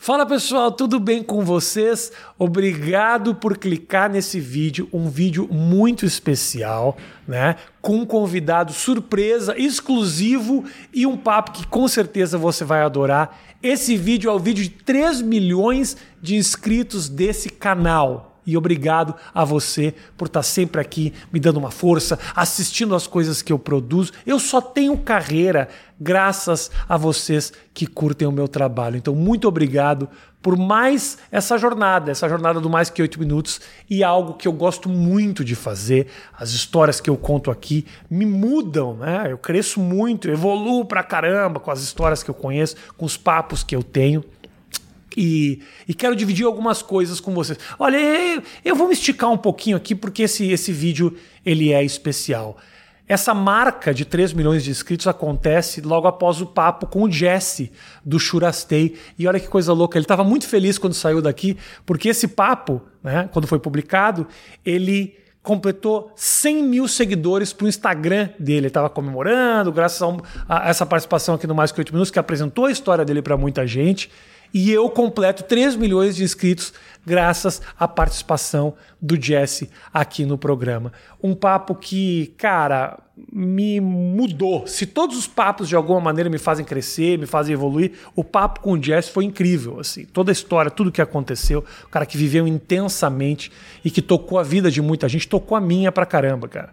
Fala pessoal, tudo bem com vocês? Obrigado por clicar nesse vídeo, um vídeo muito especial, né? Com um convidado surpresa, exclusivo e um papo que com certeza você vai adorar. Esse vídeo é o vídeo de 3 milhões de inscritos desse canal. E obrigado a você por estar sempre aqui me dando uma força, assistindo as coisas que eu produzo. Eu só tenho carreira graças a vocês que curtem o meu trabalho. Então, muito obrigado por mais essa jornada, essa jornada do mais que oito minutos e é algo que eu gosto muito de fazer. As histórias que eu conto aqui me mudam, né? Eu cresço muito, eu evoluo pra caramba com as histórias que eu conheço, com os papos que eu tenho. E, e quero dividir algumas coisas com vocês. Olha, eu, eu vou me esticar um pouquinho aqui porque esse, esse vídeo ele é especial. Essa marca de 3 milhões de inscritos acontece logo após o papo com o Jesse do Churastei. E olha que coisa louca, ele estava muito feliz quando saiu daqui, porque esse papo, né, quando foi publicado, ele completou 100 mil seguidores para o Instagram dele. Ele estava comemorando, graças a, um- a essa participação aqui no Mais Que 8 Minutos, que apresentou a história dele para muita gente. E eu completo 3 milhões de inscritos graças à participação do Jesse aqui no programa. Um papo que, cara, me mudou. Se todos os papos de alguma maneira me fazem crescer, me fazem evoluir, o papo com o Jesse foi incrível, assim. Toda a história, tudo que aconteceu, o cara que viveu intensamente e que tocou a vida de muita gente, tocou a minha pra caramba, cara.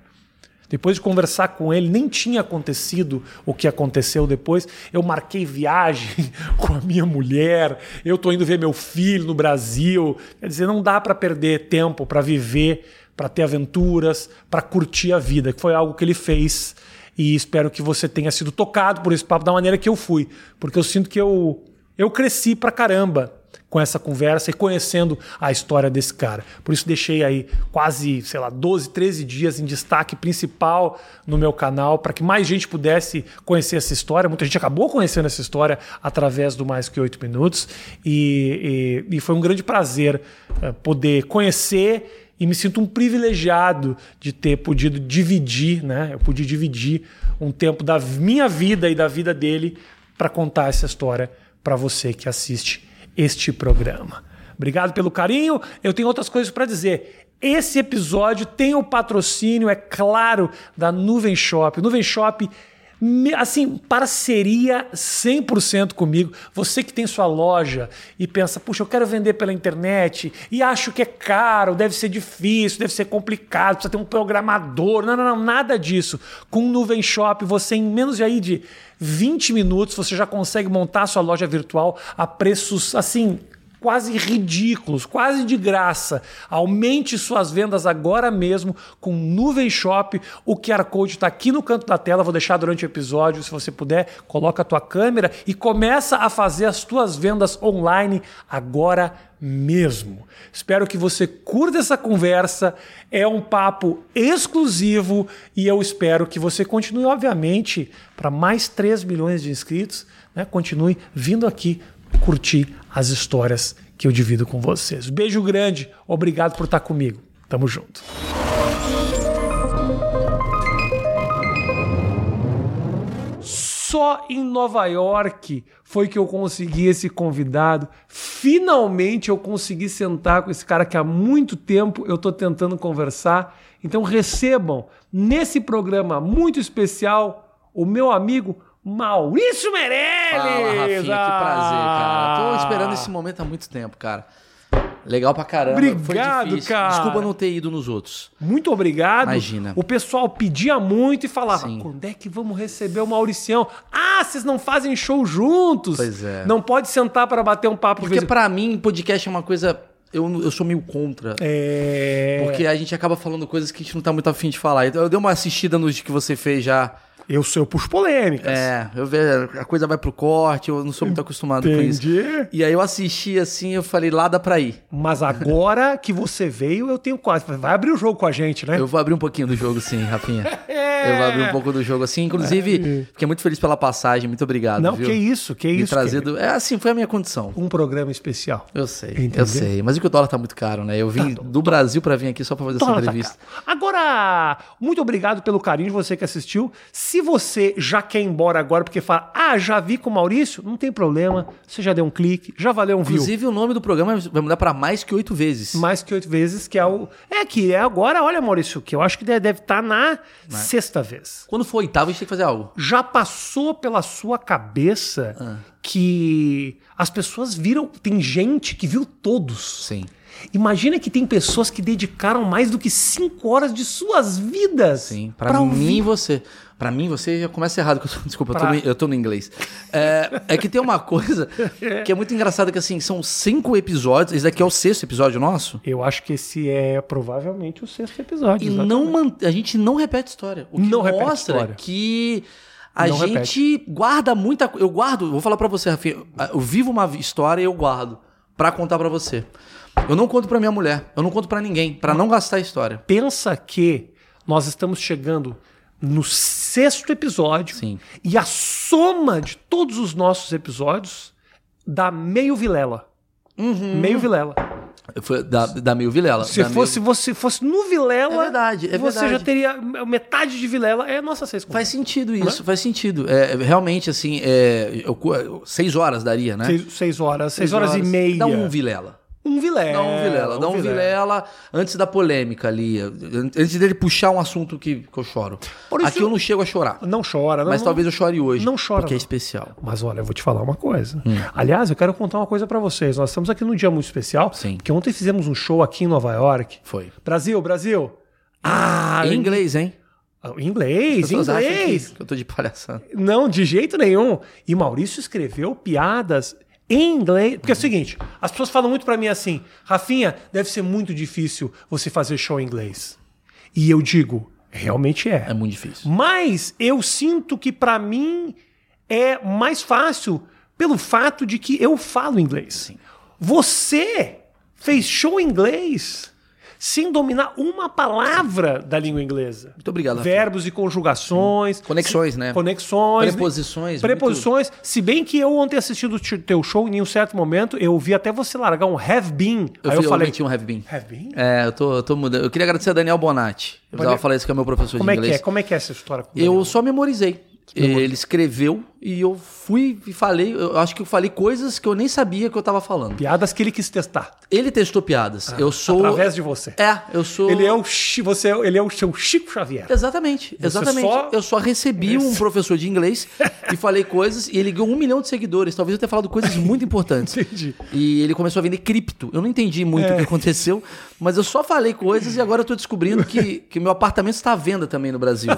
Depois de conversar com ele, nem tinha acontecido o que aconteceu depois. Eu marquei viagem com a minha mulher, eu tô indo ver meu filho no Brasil. Quer dizer, não dá para perder tempo para viver, para ter aventuras, para curtir a vida, que foi algo que ele fez. E espero que você tenha sido tocado por esse papo da maneira que eu fui, porque eu sinto que eu eu cresci pra caramba com essa conversa e conhecendo a história desse cara. Por isso deixei aí quase, sei lá, 12, 13 dias em destaque principal no meu canal para que mais gente pudesse conhecer essa história. Muita gente acabou conhecendo essa história através do Mais Que Oito Minutos e, e- e foi um grande prazer eh, poder conhecer e me sinto um privilegiado de ter podido dividir, né? Eu pude dividir um tempo da minha vida e da vida dele para contar essa história para você que assiste este programa. Obrigado pelo carinho. Eu tenho outras coisas para dizer. Esse episódio tem o patrocínio, é claro, da Nuvem Shop. Nuvem Shop me- assim, parceria 100% comigo. Você que tem sua loja e pensa, puxa, eu quero vender pela internet e acho que é caro, deve ser difícil, deve ser complicado, precisa ter um programador. Não, não, não, nada disso. Com o Nuvem Shop, você em menos de aí de 20 minutos, você já consegue montar a sua loja virtual a preços assim quase ridículos, quase de graça. Aumente suas vendas agora mesmo com Nuvem Shop. O QR Code está aqui no canto da tela, vou deixar durante o episódio, se você puder, coloca a tua câmera e começa a fazer as tuas vendas online agora mesmo. Espero que você curta essa conversa, é um papo exclusivo e eu espero que você continue, obviamente, para mais 3 milhões de inscritos, né? continue vindo aqui curtir as histórias que eu divido com vocês. Beijo grande, obrigado por estar comigo. Tamo junto. Só em Nova York foi que eu consegui esse convidado. Finalmente eu consegui sentar com esse cara que há muito tempo eu tô tentando conversar. Então recebam nesse programa muito especial o meu amigo Maurício Meirelles. Fala, Rafinha, que prazer, cara. Tô esperando esse momento há muito tempo, cara. Legal pra caramba. Obrigado, Foi difícil. cara. Desculpa não ter ido nos outros. Muito obrigado. Imagina. O pessoal pedia muito e falava: Sim. quando é que vamos receber o Mauricião? Ah, vocês não fazem show juntos. Pois é. Não pode sentar para bater um papo. Porque vez- pra mim, podcast é uma coisa... Eu, eu sou meio contra. É. Porque a gente acaba falando coisas que a gente não tá muito afim de falar. Então eu dei uma assistida nos que você fez já. Eu sou, eu puxo polêmicas. É, eu vejo, a coisa vai pro corte, eu não sou muito acostumado com isso. Entendi. E aí eu assisti assim, eu falei, lá dá pra ir. Mas agora que você veio, eu tenho quase. Vai abrir o jogo com a gente, né? Eu vou abrir um pouquinho do jogo sim, Rafinha. É. Eu vou abrir um pouco do jogo assim. Inclusive, fiquei muito feliz pela passagem. Muito obrigado. Não, viu? que isso, que Me isso. trazido. É assim, foi a minha condição. que- Um programa especial. Eu sei, Entendeu? eu sei. Mas é que o dólar tá muito caro, né? Eu vim do Brasil pra vir aqui só pra fazer essa Toma, tá entrevista. cara. Agora, muito obrigado pelo carinho de você que assistiu. Se Se você já quer ir embora agora porque fala, ah, já vi com o Maurício, não tem problema. Você já deu um clique, já valeu um view. Inclusive, o nome do programa vai mudar pra mais que oito vezes. Mais que oito vezes, que é o. É que é agora, olha, Maurício, que eu acho que deve estar Né? na sexta vez. Quando for oitavo, a gente tem que fazer algo. Já passou pela sua cabeça Ah. que as pessoas viram. Tem gente que viu todos. Sim. Imagina que tem pessoas que dedicaram mais do que cinco horas de suas vidas Sim. Pra, para mim, ouvir. você. Pra mim, você já começa errado. que eu tô- desculpa, eu tô Pra- no- eu, tô, no inglês. É, é que tem uma coisa que é muito engraçada, que assim, são cinco episódios. Esse daqui é o sexto episódio nosso. Eu acho que esse é provavelmente o sexto episódio. E exatamente. não man- a gente não repete história. O que Não repete mostra história. que a Não gente guarda muita coisa. Eu guardo, vou falar pra você, Rafinha. Eu vivo uma vi- história e eu guardo pra contar pra você. Eu não conto pra minha mulher, eu não conto pra ninguém, pra não gastar a história. pensa que nós estamos chegando no sexto episódio Sim. e a soma de todos os nossos episódios dá meio vilela. Uhum. Meio vilela. Foi da, da Mil Vilela. Se da Mil- fosse, você fosse no Vilela, É verdade, é você verdade. já teria metade de Vilela. É a nossa seis. Faz sentido isso, faz sentido. É, é, realmente, assim, é, eu cu- eu- seis horas daria, né? seis, seis horas, seis, horas, e meia. Dá um Vilela. Um Vilela. Dá um Vilela, dá um Vilela antes da polêmica ali, an- antes dele puxar um assunto que, que eu choro. Por isso- Aqui eu não chego a chorar, Não chora. não- mas não- talvez eu chore hoje. não chora, Porque é não. especial. Mas olha, eu vou te falar uma coisa. Hum. Aliás, eu quero contar uma coisa pra vocês. Nós estamos aqui num dia muito especial, Sim. porque ontem fizemos um show aqui em Nova York. Foi. Brasil, Brasil. Ah, em inglês, hein? inglês, As pessoas acham inglês. Que, que eu tô de palhaçada. Não, de jeito nenhum. E Maurício escreveu piadas em inglês. Porque é o seguinte, as pessoas falam muito pra mim assim, Rafinha, deve ser muito difícil você fazer show em inglês. E eu digo, realmente É muito difícil. mas eu sinto que pra mim é mais fácil pelo fato de que eu falo inglês. Você fez show em inglês sem dominar uma palavra da língua inglesa. Muito obrigado, Rafinha. Verbos e conjugações. Conexões, né? Conexões. Preposições, Preposições. Se bem que eu ontem assistindo o te- teu show, em um certo momento, eu ouvi até você largar um have been. Eu, Aí fui, eu falei. meti um have been. Have been? É, eu tô, eu tô mudando. Eu queria agradecer a Daniel Bonatti. Eu precisava falar isso que é meu professor Como de é que inglês. é? Como é que é essa história? com o Eu Daniel? só memorizei. Ele escreveu e eu fui e falei. Eu acho que eu falei coisas que eu nem sabia que eu tava falando. Piadas que ele quis testar. Ele testou piadas. eu sou. Ah, Através de você. É, eu sou. Ele é o Chi- você, é- ele é o seu Chico Xavier. Exatamente, exatamente. só- Eu só recebi um professor de inglês e falei coisas e ele ganhou um milhão de seguidores. Talvez eu tenha falado coisas muito importantes. Entendi. É. E ele começou a vender cripto. Eu não entendi muito o que aconteceu, mas eu só falei coisas e agora eu tô descobrindo que, que meu apartamento está à venda também no Brasil.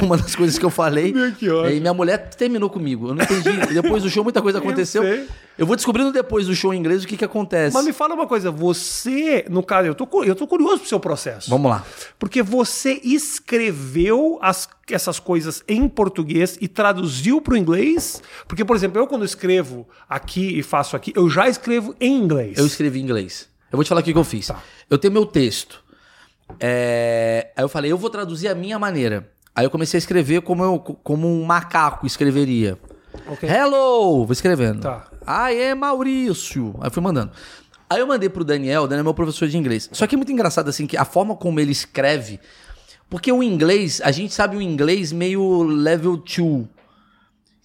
Uma das coisas que eu falei. Meu, que ótimo. E minha mulher terminou comigo. Eu não entendi. Depois do show muita coisa aconteceu. sei. Eu, vou descobrindo depois do show em inglês o que que acontece. Mas me fala uma coisa, você, no caso, eu tô, cu- eu tô curioso pro seu processo. Vamos lá. Porque você escreveu as- essas coisas em português e traduziu pro inglês? Porque, por exemplo, eu quando escrevo aqui e faço aqui, eu já escrevo em inglês. Ah, tá. Eu escrevi em inglês. Eu vou te falar o que, que eu fiz. Eu tenho meu texto. É, Aí eu falei, eu vou traduzir a minha maneira. Aí eu comecei a escrever como, eu, como um macaco escreveria. Ok. Hello! Vou escrevendo. Tá. Aí é Maurício. Aí eu fui mandando. Aí eu mandei pro Daniel, o Daniel é meu professor de inglês. Só que é muito engraçado, assim, que a forma como ele escreve. Porque o inglês, a gente sabe o inglês meio level 2.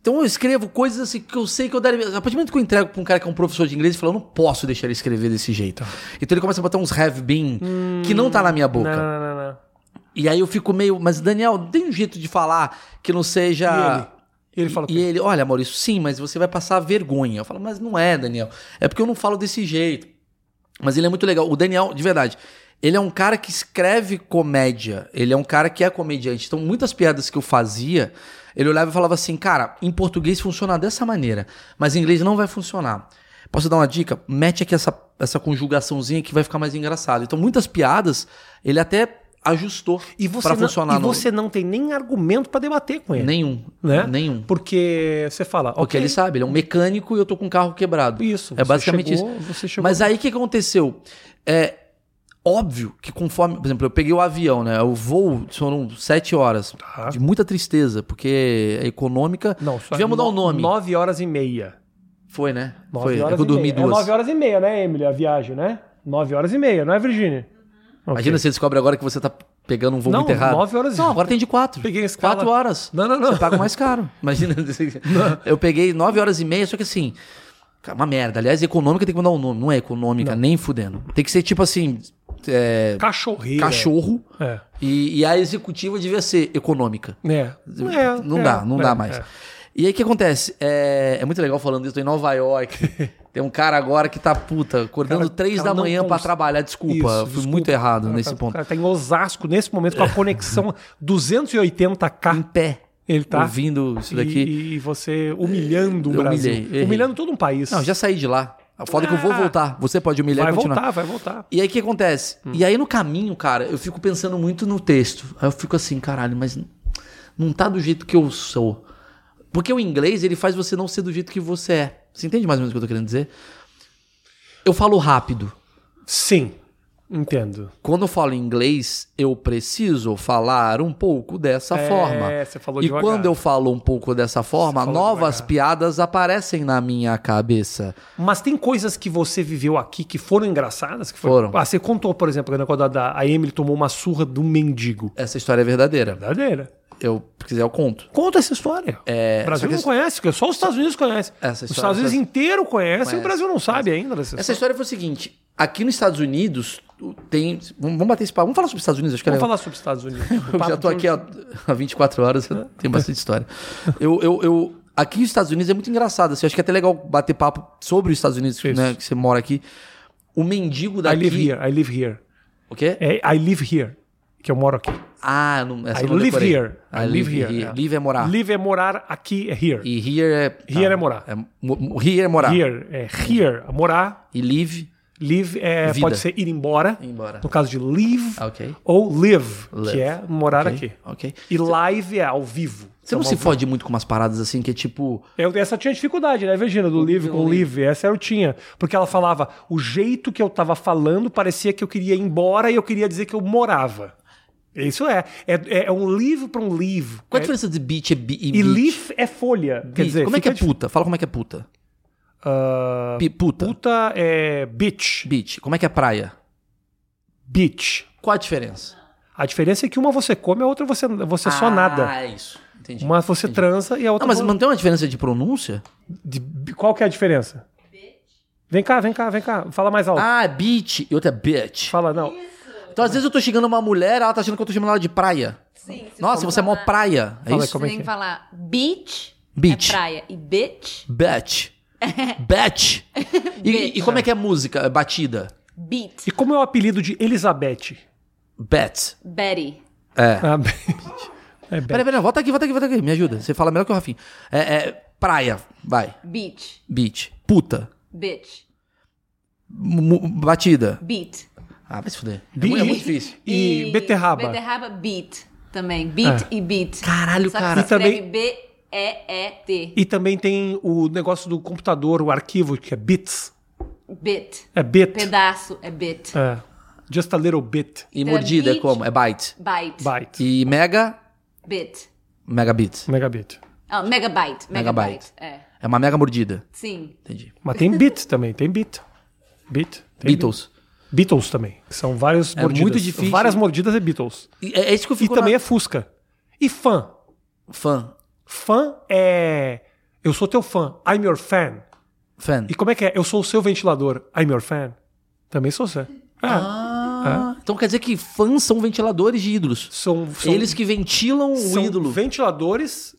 Então eu escrevo coisas assim que eu sei que eu daria. A partir do momento que eu entrego pra um cara que é um professor de inglês, ele fala, eu não posso deixar ele escrever desse jeito. Tá. Então ele começa a botar uns have been que não tá na minha boca. Hum, Não, não, não, não. E aí eu fico meio. Mas, Daniel, tem um jeito de falar que não E ele? seja. E ele fala o E quê? ele, olha, Maurício, sim, mas você vai passar vergonha. Eu falo, mas não é, Daniel. É porque eu não falo desse jeito. Mas ele é muito legal. O Daniel, de verdade, ele é um cara que escreve comédia. Ele é um cara que é comediante. Então, muitas piadas que eu fazia, ele olhava e falava assim, cara, em português funciona dessa maneira, mas em inglês não vai funcionar. Posso dar uma dica? Mete aqui essa, essa conjugaçãozinha que vai ficar mais engraçado. Então, muitas piadas, ele até ajustou E você, é pra não, funcionar e no- você não tem nem argumento pra debater com ele. nenhum. né? Nenhum. Porque você fala, Porque ok, ele sabe, ele é um mecânico e eu tô com um carro quebrado. Isso, É você basicamente chegou- isso. você chegou- Mas aí o que aconteceu? É óbvio que conforme. Por exemplo, eu peguei o avião, né? O voo foram sete horas. Tá. De muita tristeza, porque é econômica. Não, só Devia mudar no- o um nome. Nove horas e meia. Foi, né? Nove Foi. horas é que eu e dormi meia. É duas. 9 horas e meia, né, Emily? A viagem, né? 9 horas e meia, não é, Virginia? Imagina Ok. se você descobre agora que você tá pegando um voo Não, muito errado. nove horas e- Não, agora tem de quatro. Peguei a escala. quatro horas. Não, não, não. Você paga mais caro. Imagina. Eu peguei nove horas e meia, só que assim. cara, Uma merda. Aliás, econômica tem que mandar um nome. Não é econômica, nem fudendo. Tem que ser tipo assim. é, Cachorreira. cachorro. É. E, e a executiva devia ser econômica. É. É, não é, dá, não é, dá mais. é. E aí o que acontece? É, é muito legal falando isso, tô em Nova York. Tem um cara agora que tá puta, acordando Cara, três cara da não manhã pra cons- trabalhar. Desculpa, Isso, fui desculpa. muito errado Cara, nesse tá- ponto. É. O cara tá em Osasco nesse momento com a conexão 280k. Em pé, Ele tá. ouvindo isso e- daqui. E, você humilhando o Eu Brasil. humilhei, errei. humilhando todo um país. Não, já saí de lá. A foda é que eu vou Ah. voltar. Você pode humilhar vai e continuar. voltar, vai voltar. E aí o que acontece? Hum. E aí no caminho, cara, eu fico pensando muito no texto. Aí eu fico assim, caralho, mas n- não tá do jeito que eu sou. Porque o inglês, ele faz você não ser do jeito que você é. Você entende mais ou menos o que eu tô querendo dizer? Eu falo rápido. Sim, entendo. Quando eu falo inglês, eu preciso falar um pouco dessa É, forma. você falou E devagar. quando eu falo um pouco dessa forma, falou novas devagar. piadas aparecem na minha cabeça. Mas tem coisas que você viveu aqui que foram engraçadas? Que Foram. Ah, você contou, por exemplo, quando a, da- a Emily tomou uma surra de um mendigo. Essa história é verdadeira. Verdadeira. Eu, se quiser, eu conto. Conta essa história. o É, só Brasil que não essa- conhece, porque só os Estados Unidos conhecem. Essa Os história- Estados Unidos inteiro conhecem e Conhece. o Brasil não sabe ainda dessa Essa história. história foi o seguinte: aqui nos Estados Unidos o- tem. Vamos vamos bater esse papo. Vamos falar sobre os Estados Unidos, acho que é Vamos falar legal. sobre os Estados Unidos. Eu já tô aqui há, há 24 horas, eu tenho bastante história. Eu, eu, eu- aqui nos Estados Unidos é muito engraçado. Assim, acho que é até legal bater papo sobre os Estados Unidos, Isso. né? Que você mora aqui. O mendigo I daqui. live here, I live here. O quê? É, I live here, que eu moro aqui. Ah, não, essa I eu não live decorei. here. I live here. é. Live é morar. Live é morar, aqui é here. E here é. Here é morar. é mo- mo- here é morar. Here é here, morar. E live. Live é, Vida. pode ser ir embora. Ir embora. No caso de live Ah, ok. ou live, Live. que é morar aqui. Ok. E live é ao vivo. Você não Então, se fode muito com umas paradas assim que é tipo. Eu, essa eu tinha dificuldade, né, Virginia? Do live é. com live. Essa eu tinha. Porque ela falava, o jeito que eu tava falando parecia que eu queria ir embora e eu queria dizer que eu morava. Isso é. É, é um live para um live. Qual É- a diferença de beach e, bi- e e beach? leaf é folha. Quer dizer, como é que fica é puta? Fala como é que é puta. de- Ah, Pi- puta. puta é bitch. Beach. Como é que é praia? Bitch. Qual a diferença? A diferença é que uma você come, a outra você, você só nada. Ah, é isso. Entendi. Uma você transa e a outra... Não, mas vo- não tem uma diferença de pronúncia? de- Qual que é a diferença? Vem cá, vem cá, vem cá. Fala mais alto. Ah, beach e outra é bitch. Fala, não. Então, às vezes eu tô xingando uma mulher, ela tá achando que eu tô chamando ela de praia. Sim, se Nossa, for você é mó falar- praia. É Fala isso? como Você é tem que que é. falar beach, Beach. é praia e bitch, Bitch. Bitch. E, Bitch. e como é que é música? É Batida. beat, E como é o apelido de Elizabeth? Bet. Betty. É. Ah, bem- é bem. Peraí, peraí, volta aqui, volta aqui, volta aqui. Me ajuda. Você fala melhor que o Rafinha. É, é praia. Vai. Beach, Beach. Puta. bitch, Mu- mu- batida. beat. Ah, vai se fuder. É Bi- mu- é muito difícil. E, beterraba. Beterraba, beat também. Beat e beat. Caralho, Só cara. Que se escreve também- B-E-E-T. E também tem o negócio do computador, o arquivo, que é bits. Bit. É bit. Pedaço é bit. É. Just a little bit. E mordida é beat. como? É bite. Byte. Byte. E mega, Bit. megabit. Megabit. Ah, megabyte. Megabyte. É. É uma mega mordida. Sim. Entendi. Mas tem bit também, tem bit. Bit. tem Beatles. bit. Beatles também. que São várias É mordidas. muito difícil. Várias mordidas é Beatles. E é, é isso que eu E fico também na- é Fusca. E fã. fã. Fã é. Eu sou teu fã. I'm your fan. Fan. E como é que é? Eu sou o seu ventilador. I'm your fan. Também sou você. É. Ah, Então quer dizer que fãs são ventiladores de ídolos. São, são- Eles que ventilam o são ídolo. ventiladores.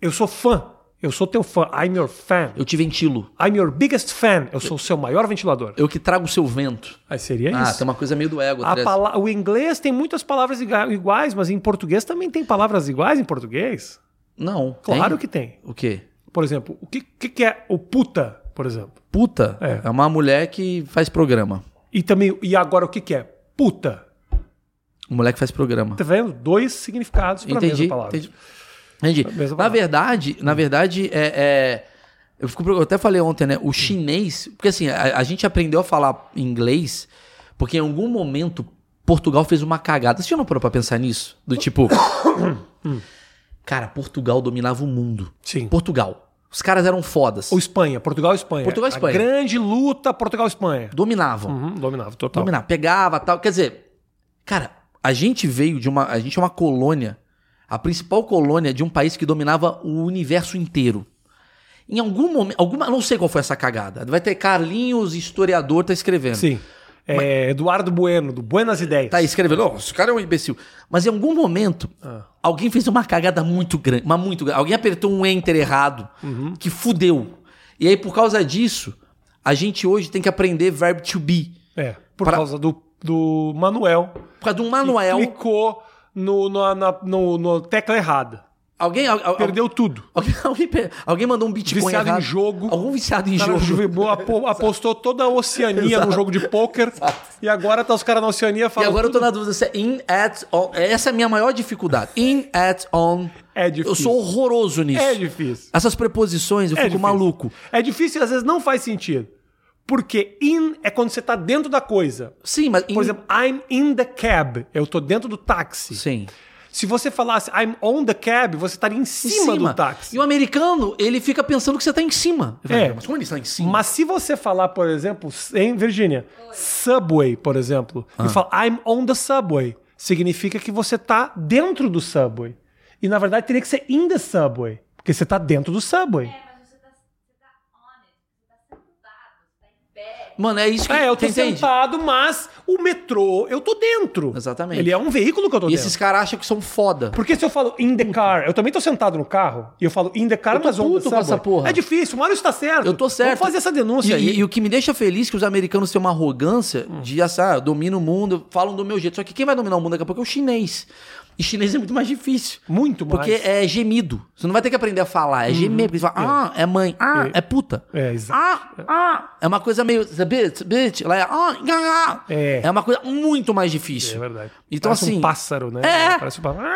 Eu sou fã. Eu sou teu fã. I'm your fan. Eu te ventilo. I'm your biggest fan. Eu sou o seu maior ventilador. Eu que trago o seu vento. Aí seria ah, isso. tem uma coisa meio do ego. A atrás. pala- o inglês tem muitas palavras iga- iguais, mas em português também tem palavras iguais em português? Não. Claro tem. que tem. O quê? Por exemplo, o que, que que é o puta, por exemplo? Puta É. é. uma mulher que faz programa. E também, e agora o que, que é? Puta. Um mulher que faz programa. Tá vendo? Dois significados para a Entendi. mesma palavra. entendi. Entendi. Pra mesma Na palavra. verdade, na verdade, é. é, eu, fico, eu até falei ontem, né? O chinês. Porque assim, a, a gente aprendeu a falar inglês porque em algum momento Portugal fez uma cagada. Você já não parou pra pensar nisso? Do tipo. cara, Portugal dominava o mundo. Sim. Portugal. Os caras eram fodas. Ou Espanha, Portugal e Espanha. Portugal e Espanha. A grande luta Portugal e Espanha. Dominavam. Uhum, dominava, total. Dominava. Pegava tal. Quer dizer, cara, a A gente veio de uma. A gente é uma colônia, a principal colônia de um país que dominava o universo inteiro. Em algum momento. Alguma, não sei qual foi essa cagada. Vai ter Carlinhos, historiador, tá escrevendo. Sim. É, Eduardo Bueno, do Buenas Ideias. Tá escrevendo, "Ó, esse cara é um imbecil. Mas em algum momento, alguém fez uma cagada muito grande, mas muito grande. Alguém apertou um enter errado, que fudeu. E aí, por causa disso, a gente hoje tem que aprender verbo to be. É, por Pra- causa do, do Manuel. Por causa de um que Manuel, Clicou no, no, na no- no tecla errada. alguém, al- al- Perdeu tudo. alguém, alguém, pe- alguém mandou um Bitcoin Viciado em errado. jogo. Algum viciado em Cara, jogo. o Juve Boa apo- apostou toda a Oceania no jogo de pôquer. E agora tá os caras na Oceania E falando. agora eu tô na dúvida se é in, at, on. Essa é a minha maior dificuldade. In, at, on. É difícil. Eu sou horroroso nisso. É difícil. Essas preposições, eu É fico difícil. maluco. É difícil e às vezes não faz sentido. Porque in é quando você tá dentro da coisa. Sim, mas... in- Por exemplo, I'm in the cab. Eu tô dentro do táxi. Sim. Se você falasse I'm on the cab, você estaria em Em cima, do táxi. E o americano, ele fica pensando que você tá em cima. Eu É. falo, Mas como ele está em cima? Mas se você falar, por exemplo, em Virgínia, subway, por exemplo, e falar I'm on the subway, significa que você tá dentro do subway. E na verdade teria que ser in the subway, porque você tá dentro do subway. Mano, é isso que... É, eu tô você entende? sentado, mas o metrô, eu tô dentro. Exatamente. Ele é um veículo que eu tô E dentro. esses caras acham que são foda. Porque se eu falo in the car, eu também tô sentado no carro, e eu falo in the car, tô mas on the puto com subway. essa porra. É difícil, o Mário está certo. Eu tô certo. Vamos fazer essa denúncia e, aí. Hum. E, e o que me deixa feliz é que os americanos têm uma arrogância de, assim, ah, eu domino o mundo, falam do meu jeito. Só que quem vai dominar o mundo daqui a pouco é o chinês. E chinês é muito mais difícil. Muito mais. Uhum. Porque é gemido. Você não vai ter que aprender a falar. É gemer. Porque você fala, ah, é mãe. Ah, é, puta. É, exato. Ah, ah. É uma coisa meio. Bitch, bitch. Lá é. Ah, ah, ah. É. uma coisa muito mais difícil. É verdade. Então, Parece assim- um pássaro, né? É. Parece um pássaro.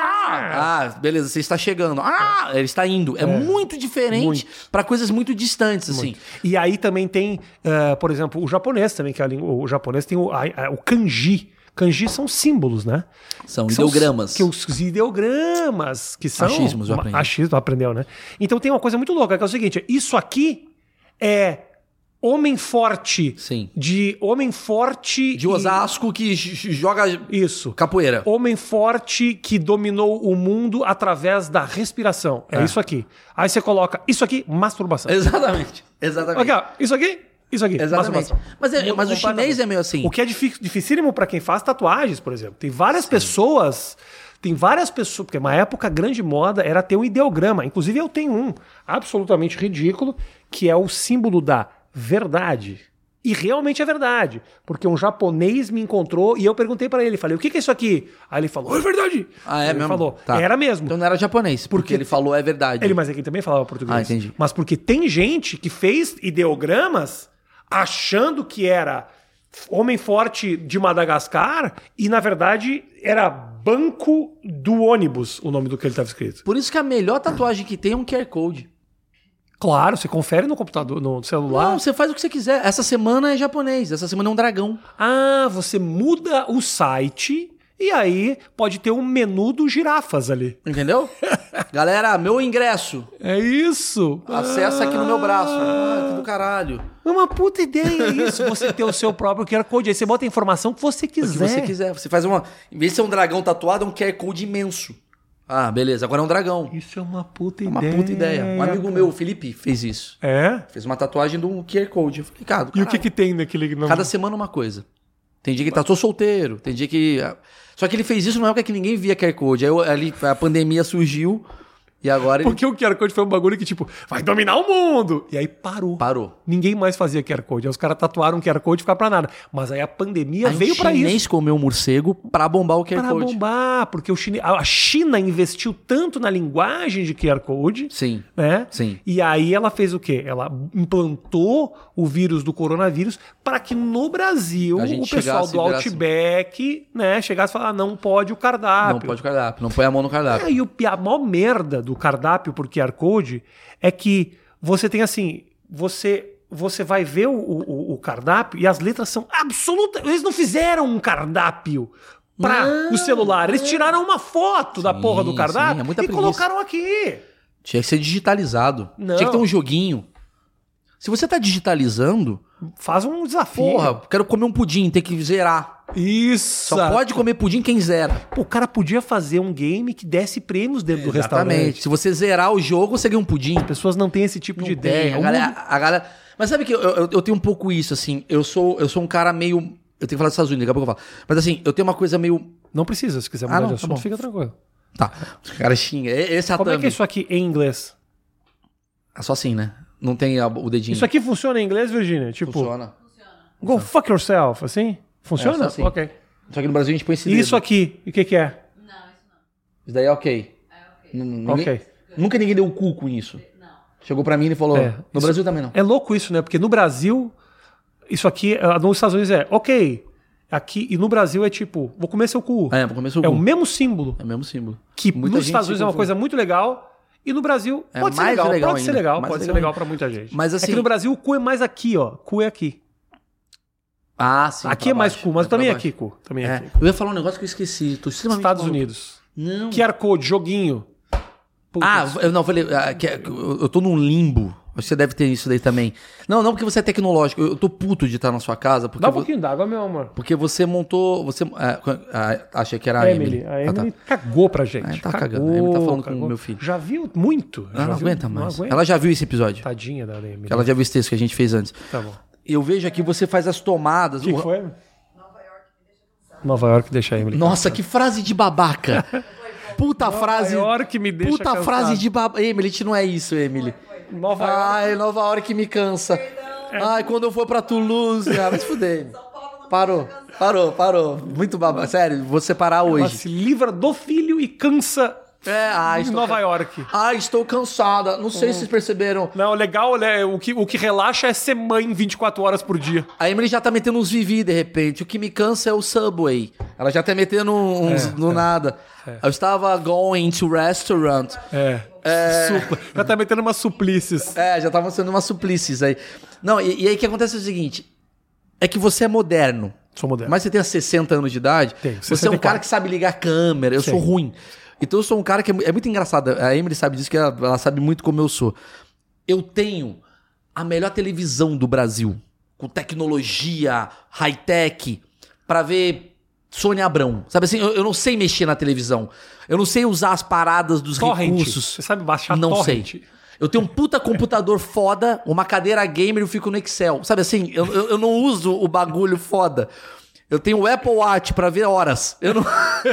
Ah, beleza, você está chegando. Ah, ele está indo. É, muito diferente para coisas muito distantes, assim. E aí também tem, eh, por exemplo, o japonês também, que é a língua, o japonês tem o, a- a- o kanji. Kanji são símbolos, né? São Que ideogramas. os- Que os, os ideogramas, que são... Achismos, eu aprendi. Achismo, aprendeu, né? Então tem uma coisa muito louca, que é o seguinte, isso aqui é homem forte. Sim. De homem forte... De e- Osasco que j- j- joga Isso. capoeira. Homem forte que dominou o mundo através da respiração. É, É. isso aqui. Aí você coloca isso aqui, masturbação. Exatamente. Aqui, Exatamente. ó, isso aqui, isso aqui, Exatamente. masturbação. Mas, é- Muda mas o completamente. chinês é meio assim. O que é difi- dificílimo pra quem faz tatuagens, por exemplo. Tem várias pessoas. Tem várias pessoas. Porque uma época grande moda era ter um ideograma. Inclusive, eu tenho um absolutamente ridículo, que é o símbolo da verdade. E realmente é verdade. Porque um japonês me encontrou e eu perguntei pra ele, falei, o que, que é isso aqui? Aí ele falou, é verdade. Ah, é ele mesmo? falou, Tá. era mesmo. Então não era japonês, porque, Porque- ele falou é verdade. Ele, mas é que ele também falava português. Ah, entendi. Mas porque tem gente que fez ideogramas achando que era homem forte de Madagascar e, na verdade, era banco do ônibus o nome do que ele estava escrito. Por isso que é a melhor tatuagem que tem é um QR Code. Claro, você confere no computador, no celular. Não, você faz o que você quiser. Essa semana é japonês, essa semana é um dragão. Ah, você muda o site e aí pode ter um menu do girafas ali. Entendeu? Galera, meu ingresso. É isso. Acessa aqui no meu braço. Ah, que do caralho. É uma puta ideia isso, você ter o seu próprio QR Code. Aí você bota a informação que você O quiser. que você quiser. Você faz uma. Em vez de ser um dragão tatuado, é um QR Code imenso. Ah, beleza. Agora é um dragão. Isso é uma puta É ideia. uma puta ideia. Um amigo meu, o Felipe, fez isso. É? Fez uma tatuagem de um QR Code. Eu falei, cara, E do o caralho. que que tem naquele... No... Cada semana uma coisa. Tem dia que ele tá, tô solteiro, tem dia que. ah, Só que ele fez isso numa época que ninguém via QR Code. Aí eu- ali, a pandemia surgiu e agora ele Porque o QR Code foi um bagulho que, tipo, vai dominar o mundo! E aí parou. parou. Ninguém mais fazia QR Code. Aí os caras tatuaram QR Code e ficaram pra nada. Mas aí a pandemia veio pra O isso. chinês comeu um morcego pra bombar o QR Pra Code. bombar, porque o chine... a China investiu tanto na linguagem de QR Code, Sim. né? Sim. E aí ela fez o quê? Ela implantou o vírus do coronavírus para que no Brasil A gente o pessoal chegasse e do virasse- Outback, né, chegasse e falasse, ah, não pode o cardápio. Não pode cardápio, não põe a mão no cardápio. Ah, É, e o, pi- a maior merda do cardápio por QR Code é que você tem assim, você você vai ver o, o- o cardápio e as letras são absolutas. Eles não fizeram um cardápio para Não, o celular. Eles tiraram uma foto da Sim, porra do sim, cardápio é e muita preguiça. colocaram aqui. Tinha que ser digitalizado. Não. Tinha que ter um joguinho. Se você tá digitalizando, Faz um desafio. porra, quero comer um pudim, tem que zerar. Isso. Só pode comer pudim quem zera. O cara podia fazer um game que desse prêmios dentro do restaurante. Se você zerar o jogo, você ganha um pudim. As pessoas não têm esse tipo Não de tem, ideia. A O galera, mundo- a galera- Mas sabe que eu, eu, eu tenho um pouco isso, assim. Eu sou, eu sou um cara meio. Eu tenho que falar dos Estados Unidos, daqui a pouco eu falo. Mas assim, eu tenho uma coisa meio. Não precisa, se quiser Ah, mudar não, de tá assunto, bom. fica tranquilo. Tá, os caras xingam. E- Esse é a Como é thumb. que é isso aqui em inglês? É só assim, né? Não tem a- o dedinho. Isso aqui funciona em inglês, Virginia? Tipo, funciona. go fuck yourself, assim? Funciona? É, assim. Ok. Só que no Brasil a gente põe esse E isso dedo. aqui, o que que é? Isso daí é ok. N- n- ninguém- Ok. Nunca ninguém deu o cu com isso. Chegou pra mim e falou. É, no isso- Brasil também não. É louco isso, né? Porque no Brasil, isso aqui, ah, nos Estados Unidos é ok. Aqui, e no Brasil é tipo, vou comer seu cu. É, começou o É cu. o mesmo símbolo. É o mesmo símbolo. Que Muita nos gente Estados se Unidos é uma confunde. coisa muito legal. E no Brasil, É pode ser mais legal, legal pode ser ainda, legal, mais pode ser legal legal ainda. pra muita gente. Mas, é assim- que no Brasil o cu é mais aqui, ó. Cu é aqui. Ah, sim. aqui pra é mais baixo. cu, mas pra também é baixo. aqui, cu. Também é, aqui. É, eu ia falar um negócio que eu esqueci. Tô extremamente Estados maluco. Unidos. Não. QR Code, joguinho. Putz. Ah, eu não, eu falei, ah, que- eu eu tô num limbo. Você deve ter isso daí também. Não, não porque você é tecnológico. Eu eu tô puto de estar na sua casa porque, dá um vo- pouquinho d'água, meu amor. porque você montou, você ah, ah, achei que era a Emily. Emily. A Ah, tá. Emily cagou pra gente. Ah, tá Cagou, cagando. A Emily tá falando com meu filho. Já viu muito. Ela já não viu- aguenta mais. Não aguenta. Tá. Ela já viu esse episódio. Tadinha da Emily. Ela já viu esse texto que a gente fez antes. Tá bom. Eu vejo aqui você faz as tomadas. O que O- que foi? Nova York deixa a Emily. Nossa, que frase de babaca. Puta frase. York me deixa Puta cansado. frase de babaca. Emily, não é isso, Emily. Nova Ah, York. Ai, Nova York me cansa. Ai, quando eu for pra Toulouse. Ah, vai se fuder. Parou, parou, parou. Muito babaca. Sério, vou separar Ela hoje. se livra do filho e cansa É, ai, de estou Nova can- York. Ai, estou cansada. Não sei se vocês perceberam. Não, o legal, né? O que, o que relaxa é ser mãe 24 horas por dia. A Emily já tá metendo uns vivi de repente. O que me cansa é o Subway. Ela já tá metendo uns É, do nada. Eu estava going to restaurant. É. Supla. Já tá metendo umas suplices. É, já tava sendo uma suplices aí. Não, e, e aí o que acontece é o seguinte: é que você é moderno. Sou moderno. Mas você tem 60 anos de idade, Tenho, você é 64. um cara que sabe ligar a câmera, eu sou Sim. ruim. Então eu sou um cara que é, mu- é muito engraçado. A Emily sabe disso, que ela, ela sabe muito como eu sou. Eu tenho a melhor televisão do Brasil, com tecnologia, high-tech, pra ver Sônia Abrão. Sabe assim, eu, eu não sei mexer na televisão. Eu não sei usar as paradas dos Torrent. recursos. Você sabe baixar Não torrent? sei. Eu tenho um puta computador foda, uma cadeira gamer e eu fico no Excel. Sabe assim, eu, eu, eu não uso o bagulho foda. Eu tenho o Apple Watch pra ver horas. Eu não,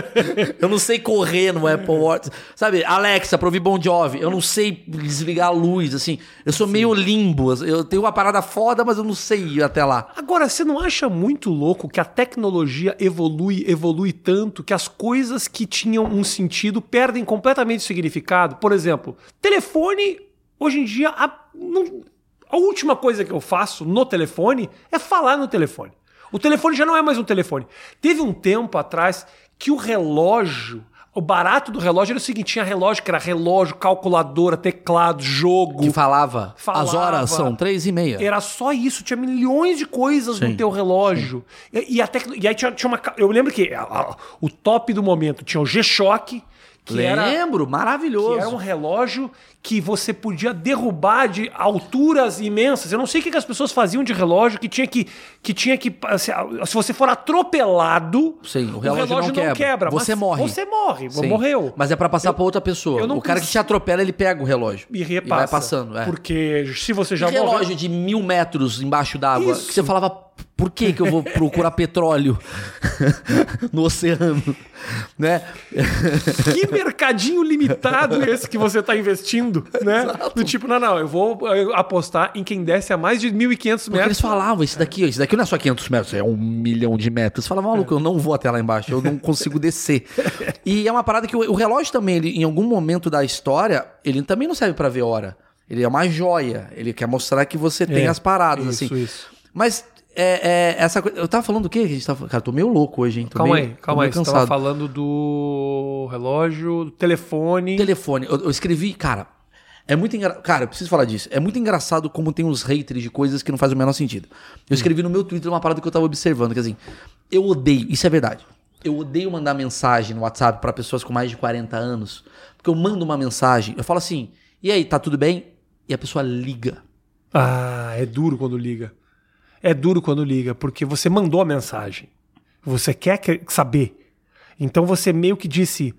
eu não sei correr no Apple Watch. Sabe, Alexa pra ouvir Bon Jovi. Eu não sei desligar a luz, assim. Eu sou meio limbo. Eu tenho uma parada foda, mas eu não sei ir até lá. Agora, você não acha muito louco que a tecnologia evolui, evolui tanto que as coisas que tinham um sentido perdem completamente o significado? Por exemplo, telefone, hoje em dia, a, não- a última coisa que eu faço no telefone é falar no telefone. O telefone já não é mais um telefone. Teve um tempo atrás que o relógio. O barato do relógio era o seguinte: tinha relógio que era relógio, calculadora, teclado, jogo. Que falava, as Falava. horas são três e meia. Era só isso, tinha milhões de coisas no teu relógio. E, e a tecno- e aí tinha, tinha uma. ca- Eu lembro que a- a- o top do momento tinha o G-Shock, que era. Lembro, que maravilhoso. era um relógio que você podia derrubar de alturas imensas. Eu não sei o que que as pessoas faziam de relógio que tinha que. que, tinha que se, se você for atropelado, Sim, o relógio, não quebra. Você mas morre. Você morre, Sim. morreu. Mas é pra passar pra outra pessoa. eu não o cara que preciso- te atropela, ele pega o relógio. e repassa. vai passando, é. Porque se você já Que relógio morreu. de mil metros embaixo d'água. Isso. Que você falava, por que que eu vou procurar petróleo no oceano? Né? que mercadinho limitado é esse que você está investindo, né? Do tipo, não, não, eu vou eh, apostar em quem desce a mais de 1.500 Porque eles metros. falavam, esse daqui, ó, esse daqui não é só 500 metros, é um milhão de metros. Você falava, maluco, eu não vou até lá embaixo, eu não consigo descer. E é uma parada que o, o relógio também, ele, em algum momento da história, ele também não serve pra ver hora. Ele é uma joia, ele quer mostrar que você tem É, as paradas, isso, assim. isso. Mas é, é, essa coisa. Eu tava falando do quê? que a gente tava. Cara, tô meio louco hoje, hein? Tô Calma meio- aí, tô calma aí. meio Você estava cansado. falando do relógio, do telefone. Telefone. Eu, eu escrevi, cara. É muito engraçado. Cara, eu preciso falar disso. É muito engraçado como tem uns haters de coisas que não fazem o menor sentido. Eu escrevi no meu Twitter uma parada que eu tava observando, que assim, eu odeio, isso é verdade. Eu odeio mandar mensagem no WhatsApp pra pessoas com mais de 40 anos. Porque eu mando uma mensagem, eu falo assim, e aí, tá tudo bem? E a pessoa liga. Ah, é duro quando liga. É duro quando liga, porque você mandou a mensagem. Você quer que- saber. Então você meio que disse: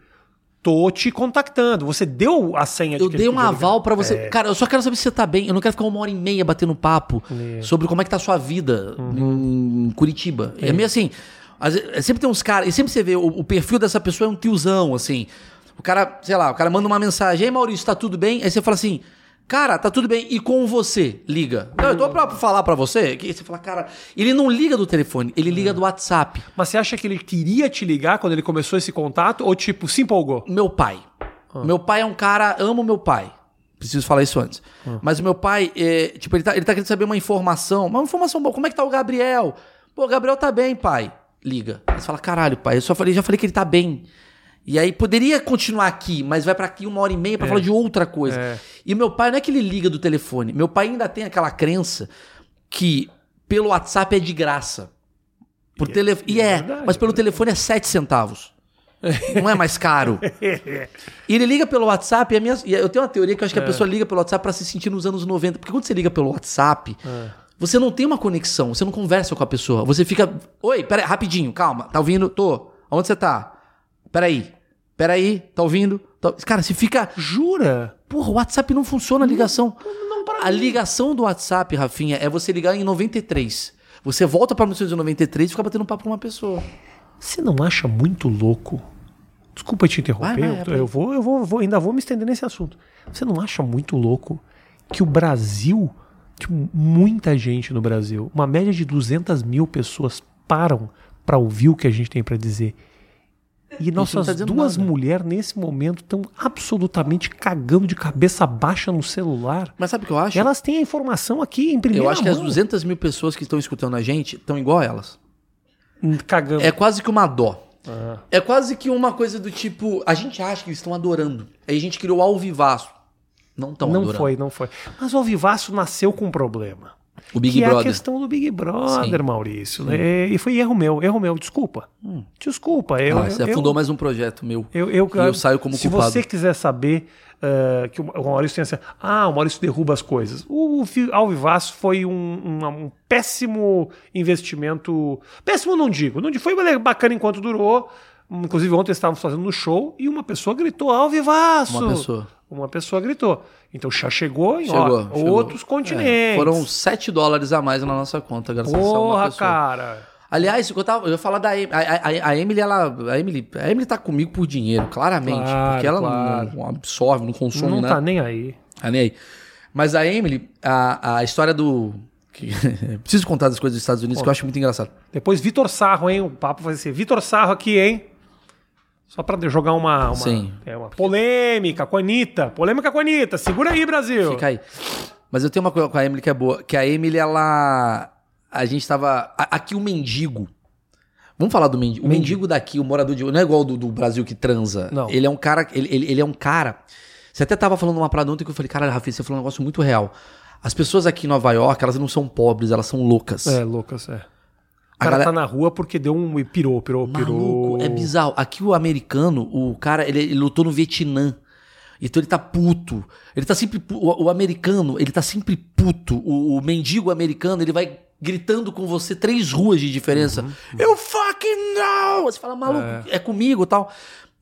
tô te contactando. Você deu a senha de Eu que dei ele um podia ligar. aval pra você. Cara, eu só quero saber se você tá bem. Eu não quero ficar uma hora e meia batendo papo sobre como é que tá a sua vida em Curitiba. É, meio assim. às vezes- sempre tem uns caras. E sempre você vê o, o perfil dessa pessoa é um tiozão, assim. O cara, sei lá, o cara manda uma mensagem: Ei, Maurício, tá tudo bem? Aí você fala assim. Cara, tá tudo bem. E com você? Liga. Não, eu tô pra falar pra você. Que você fala, cara. Ele não liga do telefone, ele liga do WhatsApp. Mas você acha que ele queria te ligar quando ele começou esse contato? Ou tipo, se empolgou? meu pai. Meu pai é um cara, amo meu pai. Preciso falar isso antes. Mas o meu pai, é, tipo, ele tá, ele tá querendo saber uma informação, uma informação boa. Como é que tá o Gabriel? Pô, o Gabriel tá bem, pai. Liga. Aí você fala, caralho, pai, eu só falei, já falei que ele tá bem. E aí poderia continuar aqui, mas vai pra aqui uma hora e meia pra falar de outra coisa. É. E meu pai não é que ele liga do telefone. Meu pai ainda tem aquela crença que pelo WhatsApp é de graça. Por tele... E é é, verdade, mas pelo telefone é 7 centavos. Não é mais caro. E ele liga pelo WhatsApp, e a minha, e eu tenho uma teoria que eu acho É. que a pessoa liga pelo WhatsApp pra se sentir nos anos 90. Porque quando você liga pelo WhatsApp, É. você não tem uma conexão, você não conversa com a pessoa. Você fica. Oi, peraí, rapidinho, calma, tá ouvindo? Tô. Onde você tá? Peraí. Peraí, tá ouvindo? Tá- Cara, você fica. Jura? Porra, o WhatsApp não funciona a ligação. Não, para A ligação do WhatsApp, Rafinha, é você ligar em 93. Você volta pra 1993 e fica batendo papo com uma pessoa. Você não acha muito louco? Desculpa te interromper, Vai, vai, eu- vai. eu vou, eu vou, vou- ainda vou me estender nesse assunto. Você não acha muito louco que o Brasil, tipo, muita gente no Brasil, uma média de 200 mil pessoas param pra ouvir o que a gente tem pra dizer. E nossas tá dizendo duas nada. mulheres nesse momento estão absolutamente cagando de cabeça baixa no celular. Mas sabe o que eu acho? Elas têm a informação aqui em primeira Eu acho que as mão. 200 mil pessoas que estão escutando a gente estão igual a elas. cagando. É quase que uma dó. Ah. É quase que uma coisa do tipo, a gente acha que eles estão adorando. Aí a gente criou ao vivaço. Não estão não adorando. foi, não foi. Mas o Alvivaço nasceu com um problema. O Big que é a Brother. questão do Big Brother, Sim. Hum. Maurício. né? E foi erro meu, erro meu, desculpa. Desculpa. Eu, Ah, você eu, afundou mais um projeto meu. eu, eu, E eu saio como se culpado. você quiser saber eh, que o o Maurício tem essa. Ah, o Maurício derruba as coisas. O, Fi- Alvivaz foi um, um- um péssimo investimento. Péssimo, não digo. Não digo, foi um bacana enquanto durou. Inclusive, ontem estávamos fazendo no show e uma pessoa gritou: Alvivaço! Uma pessoa. Uma pessoa gritou. Então já chegou em Chegou, ó, chegou. outros continentes. É, foram 7 dólares a mais na nossa conta, graças a uma Porra, pessoa. cara. Aliás, eu, tava, eu ia falar da Em- a, a, a Emily, ela, a Emily, a Emily tá comigo por dinheiro, claramente. Claro, porque ela claro. não, não absorve, não consome não nada. tá nem aí. Ah, nem aí. Mas a Emily, a, a história do. que- Preciso contar das coisas dos Estados Unidos que eu acho muito engraçado. Depois Vitor Sarro, hein? O papo vai ser Vitor Sarro aqui, hein? Só pra jogar uma, uma, Sim. é, uma polêmica com a Anitta. Polêmica com a Anitta. Segura aí, Brasil. Fica aí. Mas eu tenho uma coisa com a Emily que é boa. Que a Emily, ela. A gente tava. a- aqui o mendigo. Vamos falar do mendigo. O mendigo daqui, o morador de. Não é igual do, do Brasil que transa. Não. Ele é um cara. Ele, ele, ele é um cara. Você até tava falando uma parada ontem que eu falei, cara, Rafi, você falou um negócio muito real. As pessoas aqui em Nova York, elas não são pobres, elas são loucas. É, Lucas, é. O A cara galera- tá na rua porque deu um... e Pirou, pirou, pirou. Maluco, é bizarro. Aqui o americano, o cara, ele, ele lutou no Vietnã. Então ele tá puto. Ele tá sempre. pu- O, o americano, ele tá sempre puto. O, o mendigo americano, ele vai gritando com você três ruas de diferença. Uhum, Eu fucking know! Você fala, maluco, é, comigo e tal.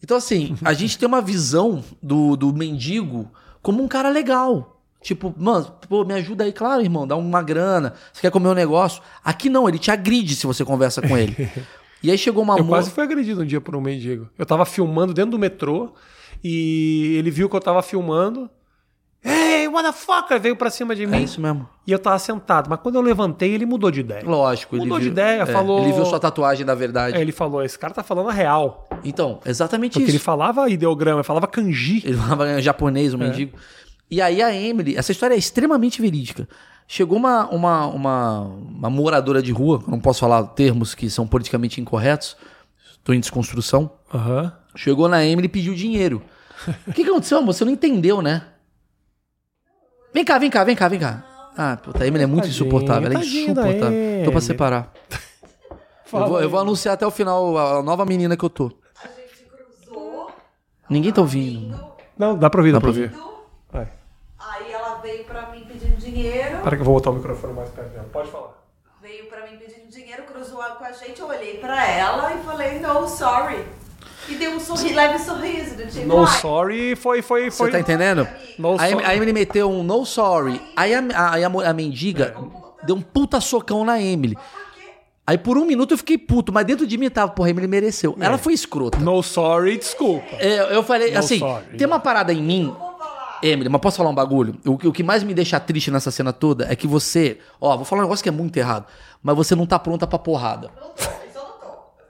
Então, assim, a gente tem uma visão do, do mendigo como um cara legal. Tipo, mano, pô, me ajuda aí, claro, irmão, dá uma grana. Você quer comer um negócio? Aqui não, ele te agride se você conversa com ele. E aí chegou uma Eu mo- quase fui agredido um dia por um mendigo. Eu tava filmando dentro do metrô e ele viu que eu tava filmando. Ei, motherfucker! Veio pra cima de É mim isso mesmo. e eu tava sentado. Mas quando eu levantei, ele mudou de ideia. Lógico. É, Mudou de ideia, falou- Ele viu sua tatuagem da verdade. Aí ele falou: esse cara tá falando a real. Então, exatamente Porque isso. ele falava ideograma, ele falava kanji. Ele falava em japonês, É. o mendigo. E aí a Emily, essa história é extremamente verídica. Chegou uma, uma, uma, uma moradora de rua, eu não posso falar termos que são politicamente incorretos, estou em desconstrução. Aham. Chegou na Emily e pediu dinheiro. O que, que aconteceu, amor? Você não entendeu, né? Vem cá, vem cá, vem cá, vem cá. Ah, puta, a Emily é muito Tadinha, insuportável. Ela é tadinha da insuportável. Tô pra Emily. separar. Fala Eu vou, eu aí. vou anunciar até o final a a nova menina que eu tô. Ninguém tá ouvindo. Não, dá pra ouvir, dá, pra ouvir. Vai. Aí ela veio pra mim pedindo dinheiro. Para que eu vou botar o microfone mais perto dela. Pode falar. Veio veio pra mim pedindo dinheiro, cruzou com a gente, eu olhei pra ela e falei, no, sorry. E dei um sorri, leve sorriso do tipo, No "Ai, sorry foi, foi, Você foi. tá entendendo? No aí, sorry. aí ele meteu um no sorry. Aí a, aí a, mo- a mendiga É. deu um puta socão na Emily. Aí por um minuto eu fiquei puto, mas dentro de mim tava, porra, a Emily mereceu. Ela foi escrota. No sorry, desculpa. É, Eu, falei, É. No assim, sorry. tem uma parada em mim. Emily, mas posso falar um bagulho? O, que- o que mais me deixa triste nessa cena toda é que você. Ó, vou falar um negócio que é muito errado. Mas você não tá pronta pra porrada.